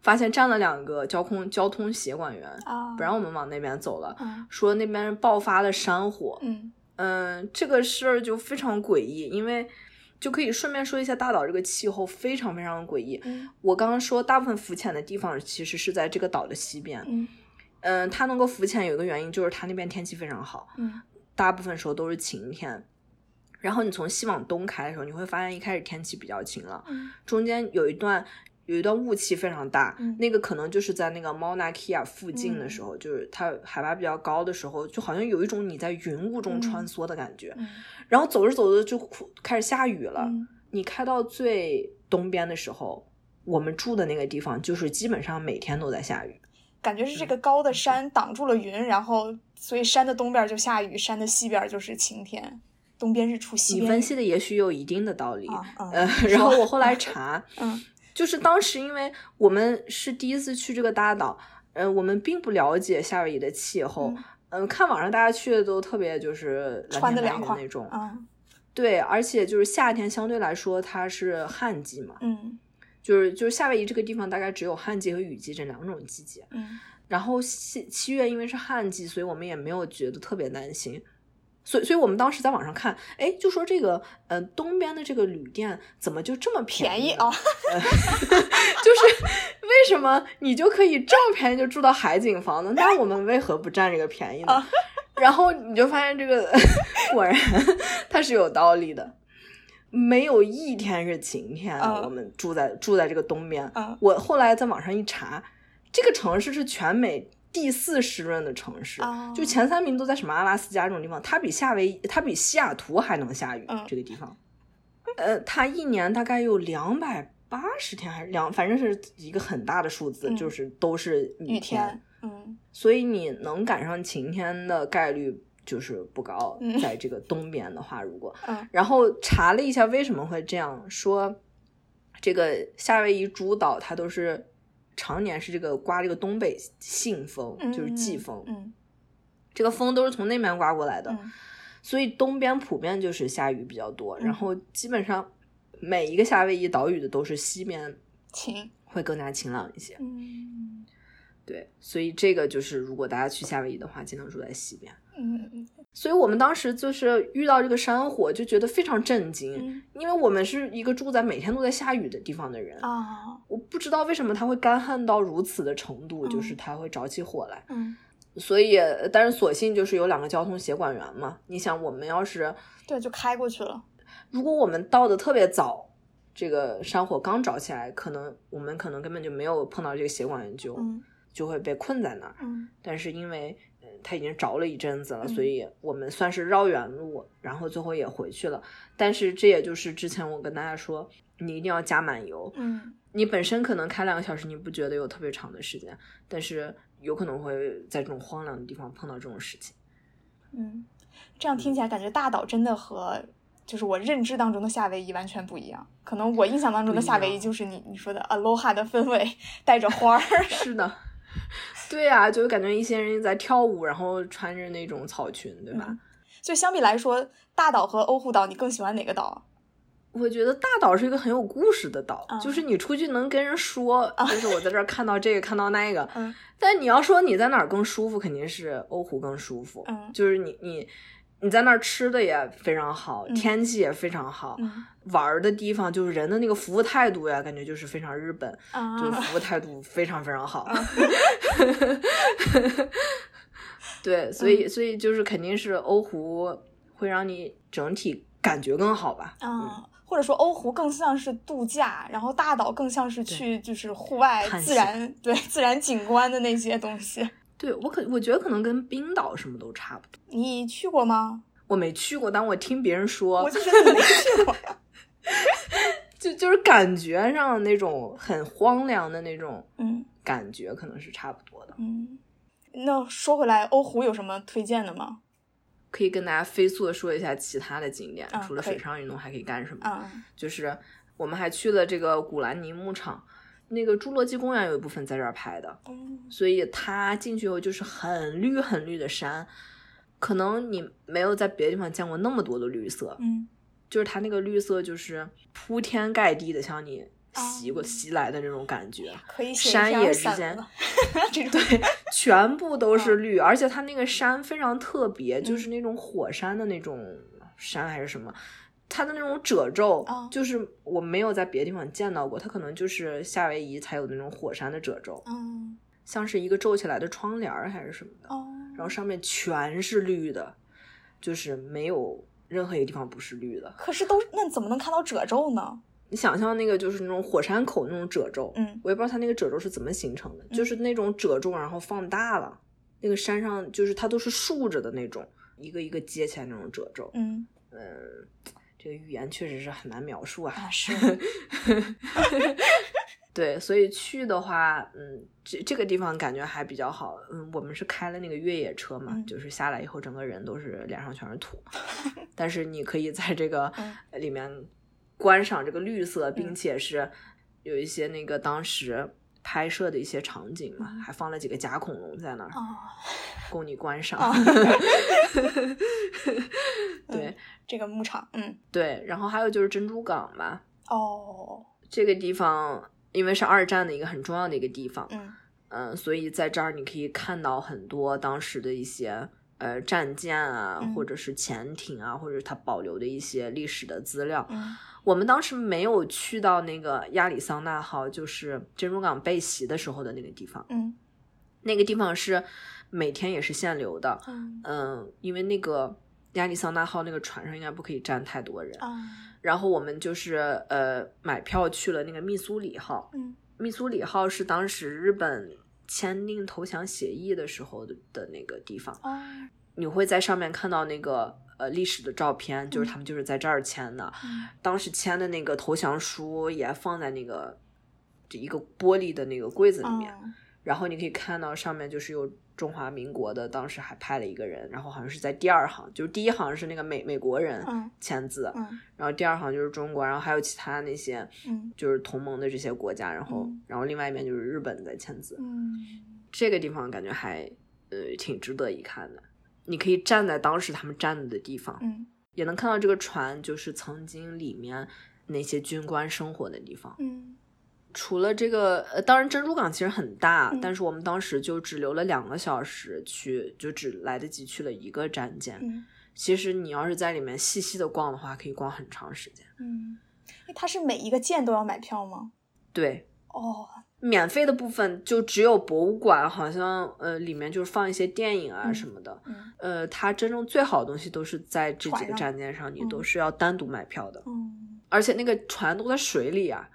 A: 发现站了两个交通交通协管员，
B: 啊，
A: 不让我们往那边走了，
B: 啊，
A: 说那边爆发了山火。
B: 嗯
A: 嗯，这个事儿就非常诡异，因为就可以顺便说一下大岛这个气候非常非常的诡异。
B: 嗯
A: 我刚刚说大部分浮潜的地方其实是在这个岛的西边，
B: 嗯
A: 嗯，它能够浮潜有一个原因就是它那边天气非常好，
B: 嗯
A: 大部分时候都是晴天。然后你从西往东开的时候，你会发现一开始天气比较晴朗，
B: 嗯
A: 中间有一段有一段雾气非常大，
B: 嗯
A: 那个可能就是在那个 Mauna Kea 附近的时候，就是它海拔比较高的时候，就好像有一种你在云雾中
B: 嗯
A: 穿梭的感觉。
B: 嗯
A: 然后走着走着就哭开始下雨了。
B: 嗯
A: 你开到最东边的时候，我们住的那个地方就是基本上每天都在下雨。
B: 感觉是这个高的山挡住了云，然后所以山的东边就下雨，山的西边就是晴天，东边日出，西
A: 你
B: 边
A: 分析的也许有一定的道理，
B: 啊啊，
A: 呃，
B: 说
A: 然后我后来查，
B: 嗯
A: 就是当时因为我们是第一次去这个大岛，呃，我们并不了解夏威夷的气候。
B: 嗯
A: 嗯看网上大家去的都特别就是蓝天
B: 穿得
A: 白
B: 凉
A: 云
B: 快
A: 那种，
B: 啊
A: 对，而且就是夏天相对来说它是旱季嘛，
B: 嗯
A: 就是就是夏威夷这个地方大概只有旱季和雨季这两种季节，
B: 嗯
A: 然后七七月因为是旱季，所以我们也没有觉得特别担心。所以，所以我们当时在网上看，哎，就说这个，呃，东边的这个旅店怎么就这么便
B: 便宜
A: 宜呢
B: 啊，
A: 就是为什么你就可以这么便宜就住到海景房呢？那我们为何不占这个便宜呢
B: 啊？
A: 然后你就发现这个 果然它是有道理的，没有一天是晴天的。
B: 啊
A: 我们住在住在这个东边，
B: 啊
A: 我后来在网上一查，这个城市是全美第四湿润的城市，
B: 哦
A: 就前三名都在什么阿拉斯加这种地方，它比夏威夷，它比西雅图还能下雨。
B: 嗯
A: 这个地方，呃，它一年大概有两百八十天还是两，反正是一个很大的数字，
B: 嗯
A: 就是都是
B: 雨
A: 雨
B: 天，嗯
A: 所以你能赶上晴天的概率就是不高
B: 嗯。
A: 在这个东边的话，如果
B: 嗯
A: 然后查了一下为什么会这样说，这个夏威夷诸岛它都是常年是这个刮这个东北信风，
B: 嗯
A: 就是季风，
B: 嗯
A: 这个风都是从那边刮过来的，
B: 嗯
A: 所以东边普遍就是下雨比较多，
B: 嗯
A: 然后基本上每一个夏威夷岛屿的都是西边
B: 晴
A: 会更加晴朗一些。
B: 嗯。
A: 对，所以这个就是如果大家去夏威夷的话，尽量住在西边。
B: 嗯
A: 所以我们当时就是遇到这个山火，就觉得非常震惊，
B: 嗯
A: 因为我们是一个住在每天都在下雨的地方的人，
B: 啊，
A: 我不知道为什么它会干旱到如此的程度，
B: 嗯
A: 就是它会着起火来。
B: 嗯，
A: 所以，呃但是所幸就是有两个交通协管员嘛。你想，我们要是
B: 对，就开过去了。
A: 如果我们到的特别早，这个山火刚着起来，可能我们可能根本就没有碰到这个血管研究，
B: 嗯
A: 就会被困在那儿。
B: 嗯
A: 但是因为嗯它已经着了一阵子了，
B: 嗯
A: 所以我们算是绕远路，然后最后也回去了。但是这也就是之前我跟大家说，你一定要加满油。
B: 嗯
A: 你本身可能开两个小时，你不觉得有特别长的时间，但是有可能会在这种荒凉的地方碰到这种事情。
B: 嗯，这样听起来感觉大岛真的和就是我认知当中的夏威夷完全不一样。可能我印象当中的夏威夷就是你你说的 aloha 的氛围，带着花儿。
A: 是的，对呀、啊，就感觉一些人在跳舞，然后穿着那种草裙，对吧？
B: 嗯就相比来说，大岛和欧胡岛，你更喜欢哪个岛啊？
A: 我觉得大岛是一个很有故事的岛，
B: 啊
A: 就是你出去能跟人说，就是我在这儿看到这个，看到那个。
B: 哦嗯
A: 但你要说你在哪儿更舒服，肯定是欧湖更舒服。
B: 嗯
A: 就是你你你在那儿吃的也非常好，
B: 嗯
A: 天气也非常好，
B: 嗯
A: 玩儿的地方就是人的那个服务态度呀，感觉就是非常日本，
B: 啊
A: 就是服务态度非常非常好。 对，所以所以就是肯定是欧湖会让你整体感觉更好吧。嗯，
B: 啊，或者说欧湖更像是度假，然后大岛更像是去就是户外
A: 探
B: 自然对自然景观的那些东西。
A: 对我可我觉得可能跟冰岛什么都差不多。
B: 你去过吗？
A: 我没去过，但我听别人说
B: 我，就觉得你没去过。
A: 就就是感觉上那种很荒凉的那种
B: 嗯
A: 感觉，可能是差不多的。
B: 嗯，那说回来，欧湖有什么推荐的吗？
A: 可以跟大家飞速的说一下其他的景点，
B: 啊
A: 除了
B: 可以
A: 水上运动还可以干什么？
B: 啊，
A: 就是我们还去了这个古兰尼牧场，那个侏罗纪公园有一部分在这儿拍的，
B: 嗯
A: 所以它进去以后就是很绿很绿的山，可能你没有在别的地方见过那么多的绿色，
B: 嗯
A: 就是它那个绿色就是铺天盖地的向你袭过
B: 哦
A: 袭来的那种感觉。
B: 可以写一
A: 山
B: 篇
A: 野
B: 二
A: 之
B: 散
A: 间
B: 了 这种对，
A: 全部都是绿，而且它那个山非常特别，就是那种火山的那种山还是什么，它的那种褶皱，
B: 啊
A: 就是我没有在别的地方见到过，它可能就是夏威夷才有的那种火山的褶皱，
B: 嗯
A: 像是一个皱起来的窗帘儿还是什么的，
B: 哦，
A: 然后上面全是绿的，就是没有任何一个地方不是绿的。
B: 可是都那怎么能看到褶皱呢？
A: 你想象那个就是那种火山口那种褶皱，
B: 嗯
A: 我也不知道它那个褶皱是怎么形成的，就是那种褶皱然后放大了，那个山上就是它都是竖着的那种，一个一个接起来那种褶皱。
B: 嗯
A: 嗯，这个语言确实是很难描述啊。
B: 啊 是
A: 对，所以去的话，嗯，这这个地方感觉还比较好。嗯，我们是开了那个越野车嘛，
B: 嗯
A: 就是下来以后整个人都是脸上全是 土，但是你可以在这个
B: 嗯
A: 里面观赏这个绿色，并
B: 嗯
A: 且是有一些那个当时拍摄的一些场景嘛，
B: 嗯
A: 还放了几个假恐龙在那儿
B: 哦，
A: 供你观赏。
B: 啊
A: 对、
B: 嗯这个牧场嗯
A: 对，然后还有就是珍珠港吧，
B: 哦
A: 这个地方因为是二战的一个很重要的一个地方，
B: 嗯
A: 嗯，所以在这儿你可以看到很多当时的一些呃战舰啊，
B: 嗯
A: 或者是潜艇啊，或者是它保留的一些历史的资料。
B: 嗯
A: 我们当时没有去到那个亚利桑那号，就是珍珠港被袭的时候的那个地方。
B: 嗯
A: 那个地方是每天也是限流的，
B: 嗯
A: 嗯，因为那个亚利桑那号那个船上应该不可以站太多人。
B: 啊
A: 然后我们就是呃买票去了那个密苏里号，
B: 嗯
A: 密苏里号是当时日本签订投降协议的时候的的那个地方，
B: 哦
A: 你会在上面看到那个呃历史的照片，就是他们就是在这儿签的，
B: 嗯
A: 当时签的那个投降书也放在那个这一个玻璃的那个柜子里面，
B: 嗯
A: 然后你可以看到上面就是有中华民国的，当时还派了一个人，然后好像是在第二行，就是第一行是那个美美国人
B: 嗯
A: 签字，
B: 嗯
A: 然后第二行就是中国，然后还有其他那些
B: 嗯
A: 就是同盟的这些国家，然后、
B: 嗯
A: 然后另外一边就是日本在签字，
B: 嗯
A: 这个地方感觉还呃挺值得一看的。你可以站在当时他们站的地方，
B: 嗯
A: 也能看到这个船就是曾经里面那些军官生活的地方。
B: 嗯
A: 除了这个，呃，当然珍珠港其实很大，
B: 嗯
A: 但是我们当时就只留了两个小时去，就只来得及去了一个站舰。
B: 嗯
A: 其实你要是在里面细细的逛的话，可以逛很长时间。
B: 嗯，哎它是每一个舰都要买票吗？
A: 对，
B: 哦，
A: 免费的部分就只有博物馆，好像呃里面就是放一些电影啊什么的。
B: 嗯
A: 呃，它真正最好的东西都是在这几
B: 船
A: 个
B: 上
A: 站间上，你
B: 嗯
A: 都是要单独买票的，
B: 嗯，
A: 而且那个船都在水里啊，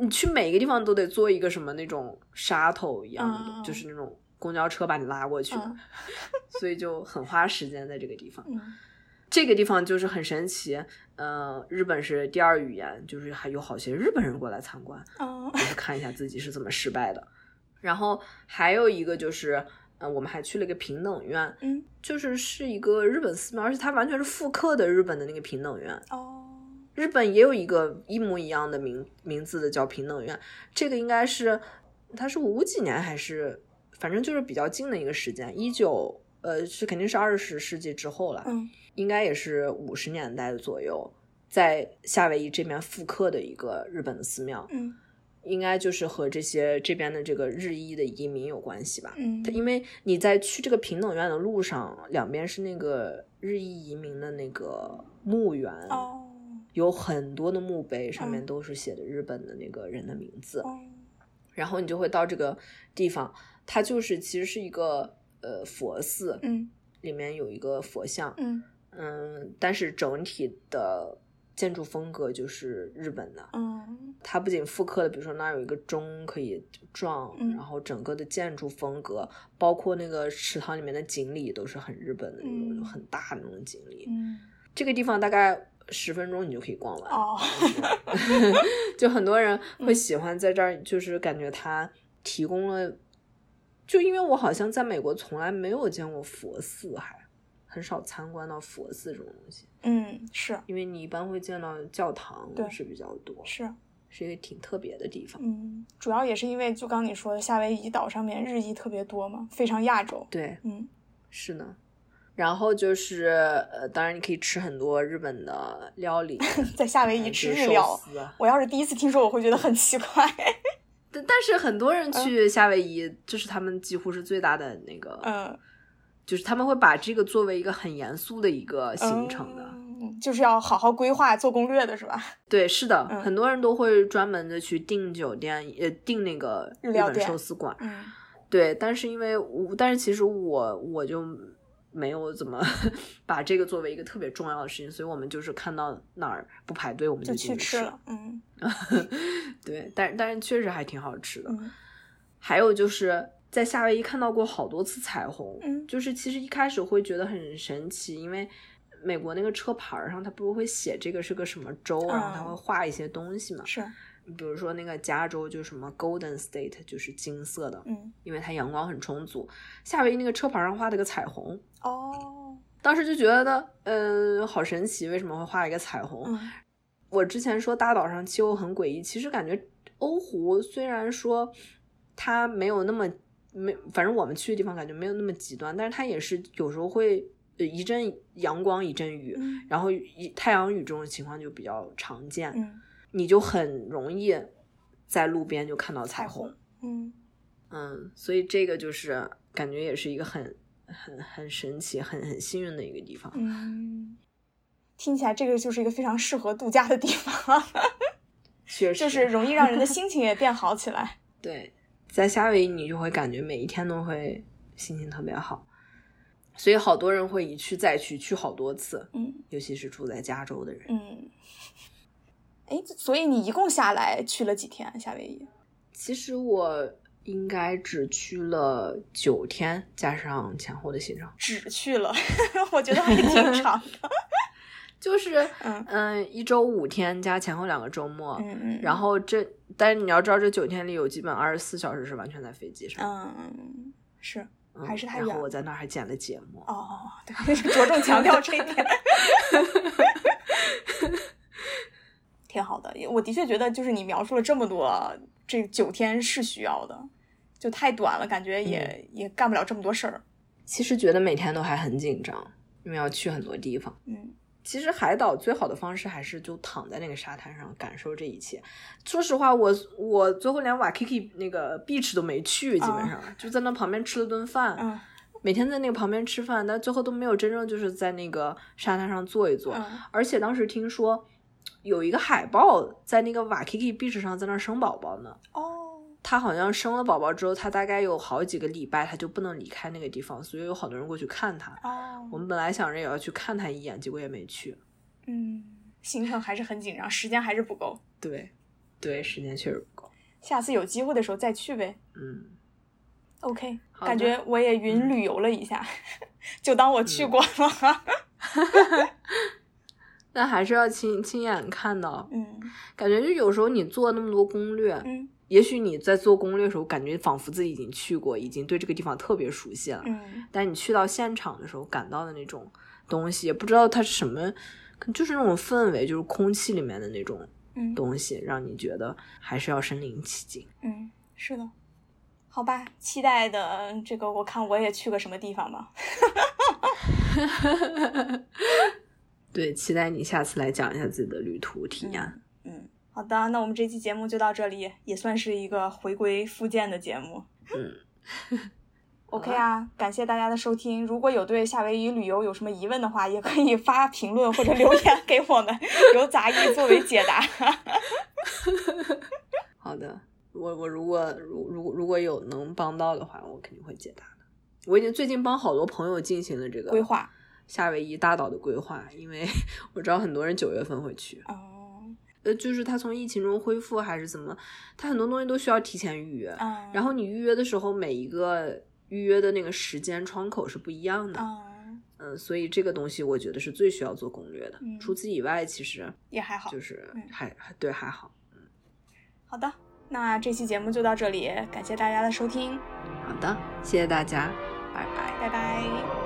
A: 你去每个地方都得做一个什么那种沙头一样的东，
B: 嗯
A: 就是那种公交车把你拉过去的，
B: 嗯
A: 所以就很花时间在这个地方。
B: 嗯
A: 这个地方就是很神奇，呃，日本是第二语言，就是还有好些日本人过来参观，
B: 嗯
A: 就是看一下自己是怎么失败的。然后还有一个就是，呃，我们还去了一个平等院，
B: 嗯
A: 就是是一个日本寺庙，而且它完全是复刻的日本的那个平等院。
B: 哦，
A: 日本也有一个一模一样的名名字的叫平等院，这个应该是它是五几年还是反正就是比较近的一个时间，一九呃是肯定是二十世纪之后了，
B: 嗯
A: 应该也是五十年代左右，在夏威夷这边复刻的一个日本的寺庙，
B: 嗯
A: 应该就是和这些这边的这个日裔的移民有关系吧。
B: 嗯，
A: 因为你在去这个平等院的路上，两边是那个日裔移民的那个墓园，
B: 哦
A: 有很多的墓碑，上面
B: 嗯
A: 都是写的日本的那个人的名字。
B: 哦
A: 然后你就会到这个地方，它就是其实是一个呃佛寺，
B: 嗯
A: 里面有一个佛像，
B: 嗯
A: 嗯，但是整体的建筑风格就是日本的。
B: 嗯
A: 它不仅复刻了，比如说那儿有一个钟可以撞，
B: 嗯
A: 然后整个的建筑风格，包括那个池塘里面的锦鲤都是很日本的那种、
B: 嗯
A: 就很大的那种锦鲤。
B: 嗯
A: 这个地方大概十分钟你就可以逛完，
B: 哦，
A: 就很多人会
B: 嗯
A: 喜欢在这儿，就是感觉它提供了，就因为我好像在美国从来没有见过佛寺还，很少参观到佛寺这种东西。
B: 嗯是
A: 因为你一般会见到教堂
B: 对
A: 是比较多，
B: 是。
A: 是一个挺特别的地方。
B: 嗯，主要也是因为就刚你说的，夏威夷岛上面日裔特别多嘛，非常亚洲。
A: 对，
B: 嗯
A: 是呢。然后就是呃，当然你可以吃很多日本的料 理，
B: 在夏威夷
A: 嗯
B: 吃
A: 就是
B: 日
A: 寿
B: 料，
A: 司啊。
B: 我要是第一次听说，我会觉得很奇怪。
A: 但但是很多人去夏威夷，这是他们几乎是最大的那个，
B: 嗯，
A: 就是他们会把这个作为一个很严肃的一个行程的。
B: 嗯就是要好好规划、做攻略的是吧？
A: 对，是的，
B: 嗯
A: 很多人都会专门的去订酒店，也订那个
B: 日
A: 日
B: 料
A: 本
B: 店
A: 寿司馆。
B: 嗯
A: 对，但是因为我，但是其实我我就没有怎么 把这个作为一个特别重要的事情，所以我们就是看到哪儿不排队，我们
B: 就
A: 进
B: 去
A: 去
B: 吃。了。嗯
A: 对，但但是确实还挺好吃的。
B: 嗯
A: 还有就是在夏威夷看到过好多次彩虹，
B: 嗯
A: 就是其实一开始会觉得很神奇，因为。美国那个车牌儿上，它不是会写这个是个什么州，啊然后它
B: 嗯
A: 会画一些东西嘛？
B: 是
A: 比如说那个加州就什么 Golden State，就是金色的，
B: 嗯
A: 因为它阳光很充足。夏威夷那个车牌上画了个彩虹，
B: 哦
A: 当时就觉得，嗯，好神奇，为什么会画一个彩虹？
B: 嗯
A: 我之前说大岛上气候很诡异，其实感觉欧湖虽然说它没有那么没，反正我们去的地方感觉没有那么极端，但是它也是有时候会呃一阵阳光一阵雨，
B: 嗯
A: 然后一太阳雨这种情况就比较常见，
B: 嗯
A: 你就很容易在路边就看到彩虹。
B: 嗯
A: 嗯，所以这个就是感觉也是一个很很很神奇、很很幸运的一个地方。
B: 嗯，听起来这个就是一个非常适合度假的地方，
A: 确实，
B: 就是容易让人的心情也变好起来。
A: 对，在夏威夷你就会感觉每一天都会心情特别好，所以好多人会一去再去，去好多次，
B: 嗯
A: 尤其是住在加州的人。
B: 嗯。哎，所以你一共下来去了几天啊夏威夷？
A: 其实我应该只去了九天，加上前后的行程，
B: 只去了， 我觉得还 挺长的。
A: 就是
B: 嗯
A: 嗯，一周五天加前后两个周末。
B: 嗯嗯，
A: 然后这，但是你要知道，这九天里有基本二十四小时是完全在飞机上。
B: 嗯是
A: 嗯
B: 还是太
A: 然
B: 远
A: 后我在那儿还剪了节目，
B: 哦， 对，着重强调这一点，挺好的。我的确觉得，就是你描述了这么多，这九天是需要的，就太短了，感觉也、也干不了这么多事儿。
A: 其实觉得每天都还很紧张，因为要去很多地方。
B: 嗯
A: 其实海岛最好的方式还是就躺在那个沙滩上感受这一切。说实话，我我最后连瓦 Kiki 那个 beach 都没去，基本上、就在那旁边吃了顿饭，
B: 嗯
A: 每天在那个旁边吃饭，但最后都没有真正就是在那个沙滩上坐一坐。
B: 嗯
A: 而且当时听说有一个海豹在那个瓦 Kiki beach 上在那儿生宝宝呢，
B: 哦
A: 她好像生了宝宝之后，她大概有好几个礼拜她就不能离开那个地方，所以有好多人过去看她。
B: 哦
A: 我们本来想着也要去看她一眼，结果也没去。
B: 嗯，行程还是很紧张，时间还是不够，
A: 对，对，时间确实不够。
B: 下次有机会的时候再去呗。
A: 嗯，
B: OK，
A: 好的
B: 感觉我也云旅游了一下， 就当我去过了。
A: 但还是要亲亲眼看到，
B: 嗯
A: 感觉就有时候你做那么多攻略，
B: 嗯
A: 也许你在做攻略的时候，感觉仿佛自己已经去过，已经对这个地方特别熟悉了。
B: 嗯
A: 但你去到现场的时候，感到的那种东西，也不知道它是什么，可能就是那种氛围，就是空气里面的那种
B: 嗯
A: 东西，让你觉得还是要身临其境。
B: 嗯，是的。好吧，期待的这个，我看我也去个什么地方吧。
A: 对，期待你下次来讲一下自己的旅途体验。
B: 嗯，好的，那我们这期节目就到这里，也算是一个回归复健的节目。
A: 嗯
B: OK 啊，感谢大家的收听。如果有对夏威夷旅游有什么疑问的话，也可以发评论或者留言给我们， 由杂音作为解答。
A: 好的，我我如果如如果如果有能帮到的话，我肯定会解答的。我已经最近帮好多朋友进行了这个
B: 规划，
A: 夏威夷大岛的规划，因为 我知道很多人九月份会去，
B: 哦，
A: 呃，就是他从疫情中恢复还是怎么，他很多东西都需要提前预约。
B: 嗯，
A: 然后你预约的时候，每一个预约的那个时间窗口是不一样的。
B: 嗯，
A: 嗯，所以这个东西我觉得是最需要做攻略的。
B: 嗯
A: 除此以外，其实
B: 也还好
A: 就。是
B: 嗯
A: 还、还对还好。
B: 好的，那这期节目就到这里，感谢大家的收听，
A: 好的，谢谢大家，拜拜。
B: 拜拜。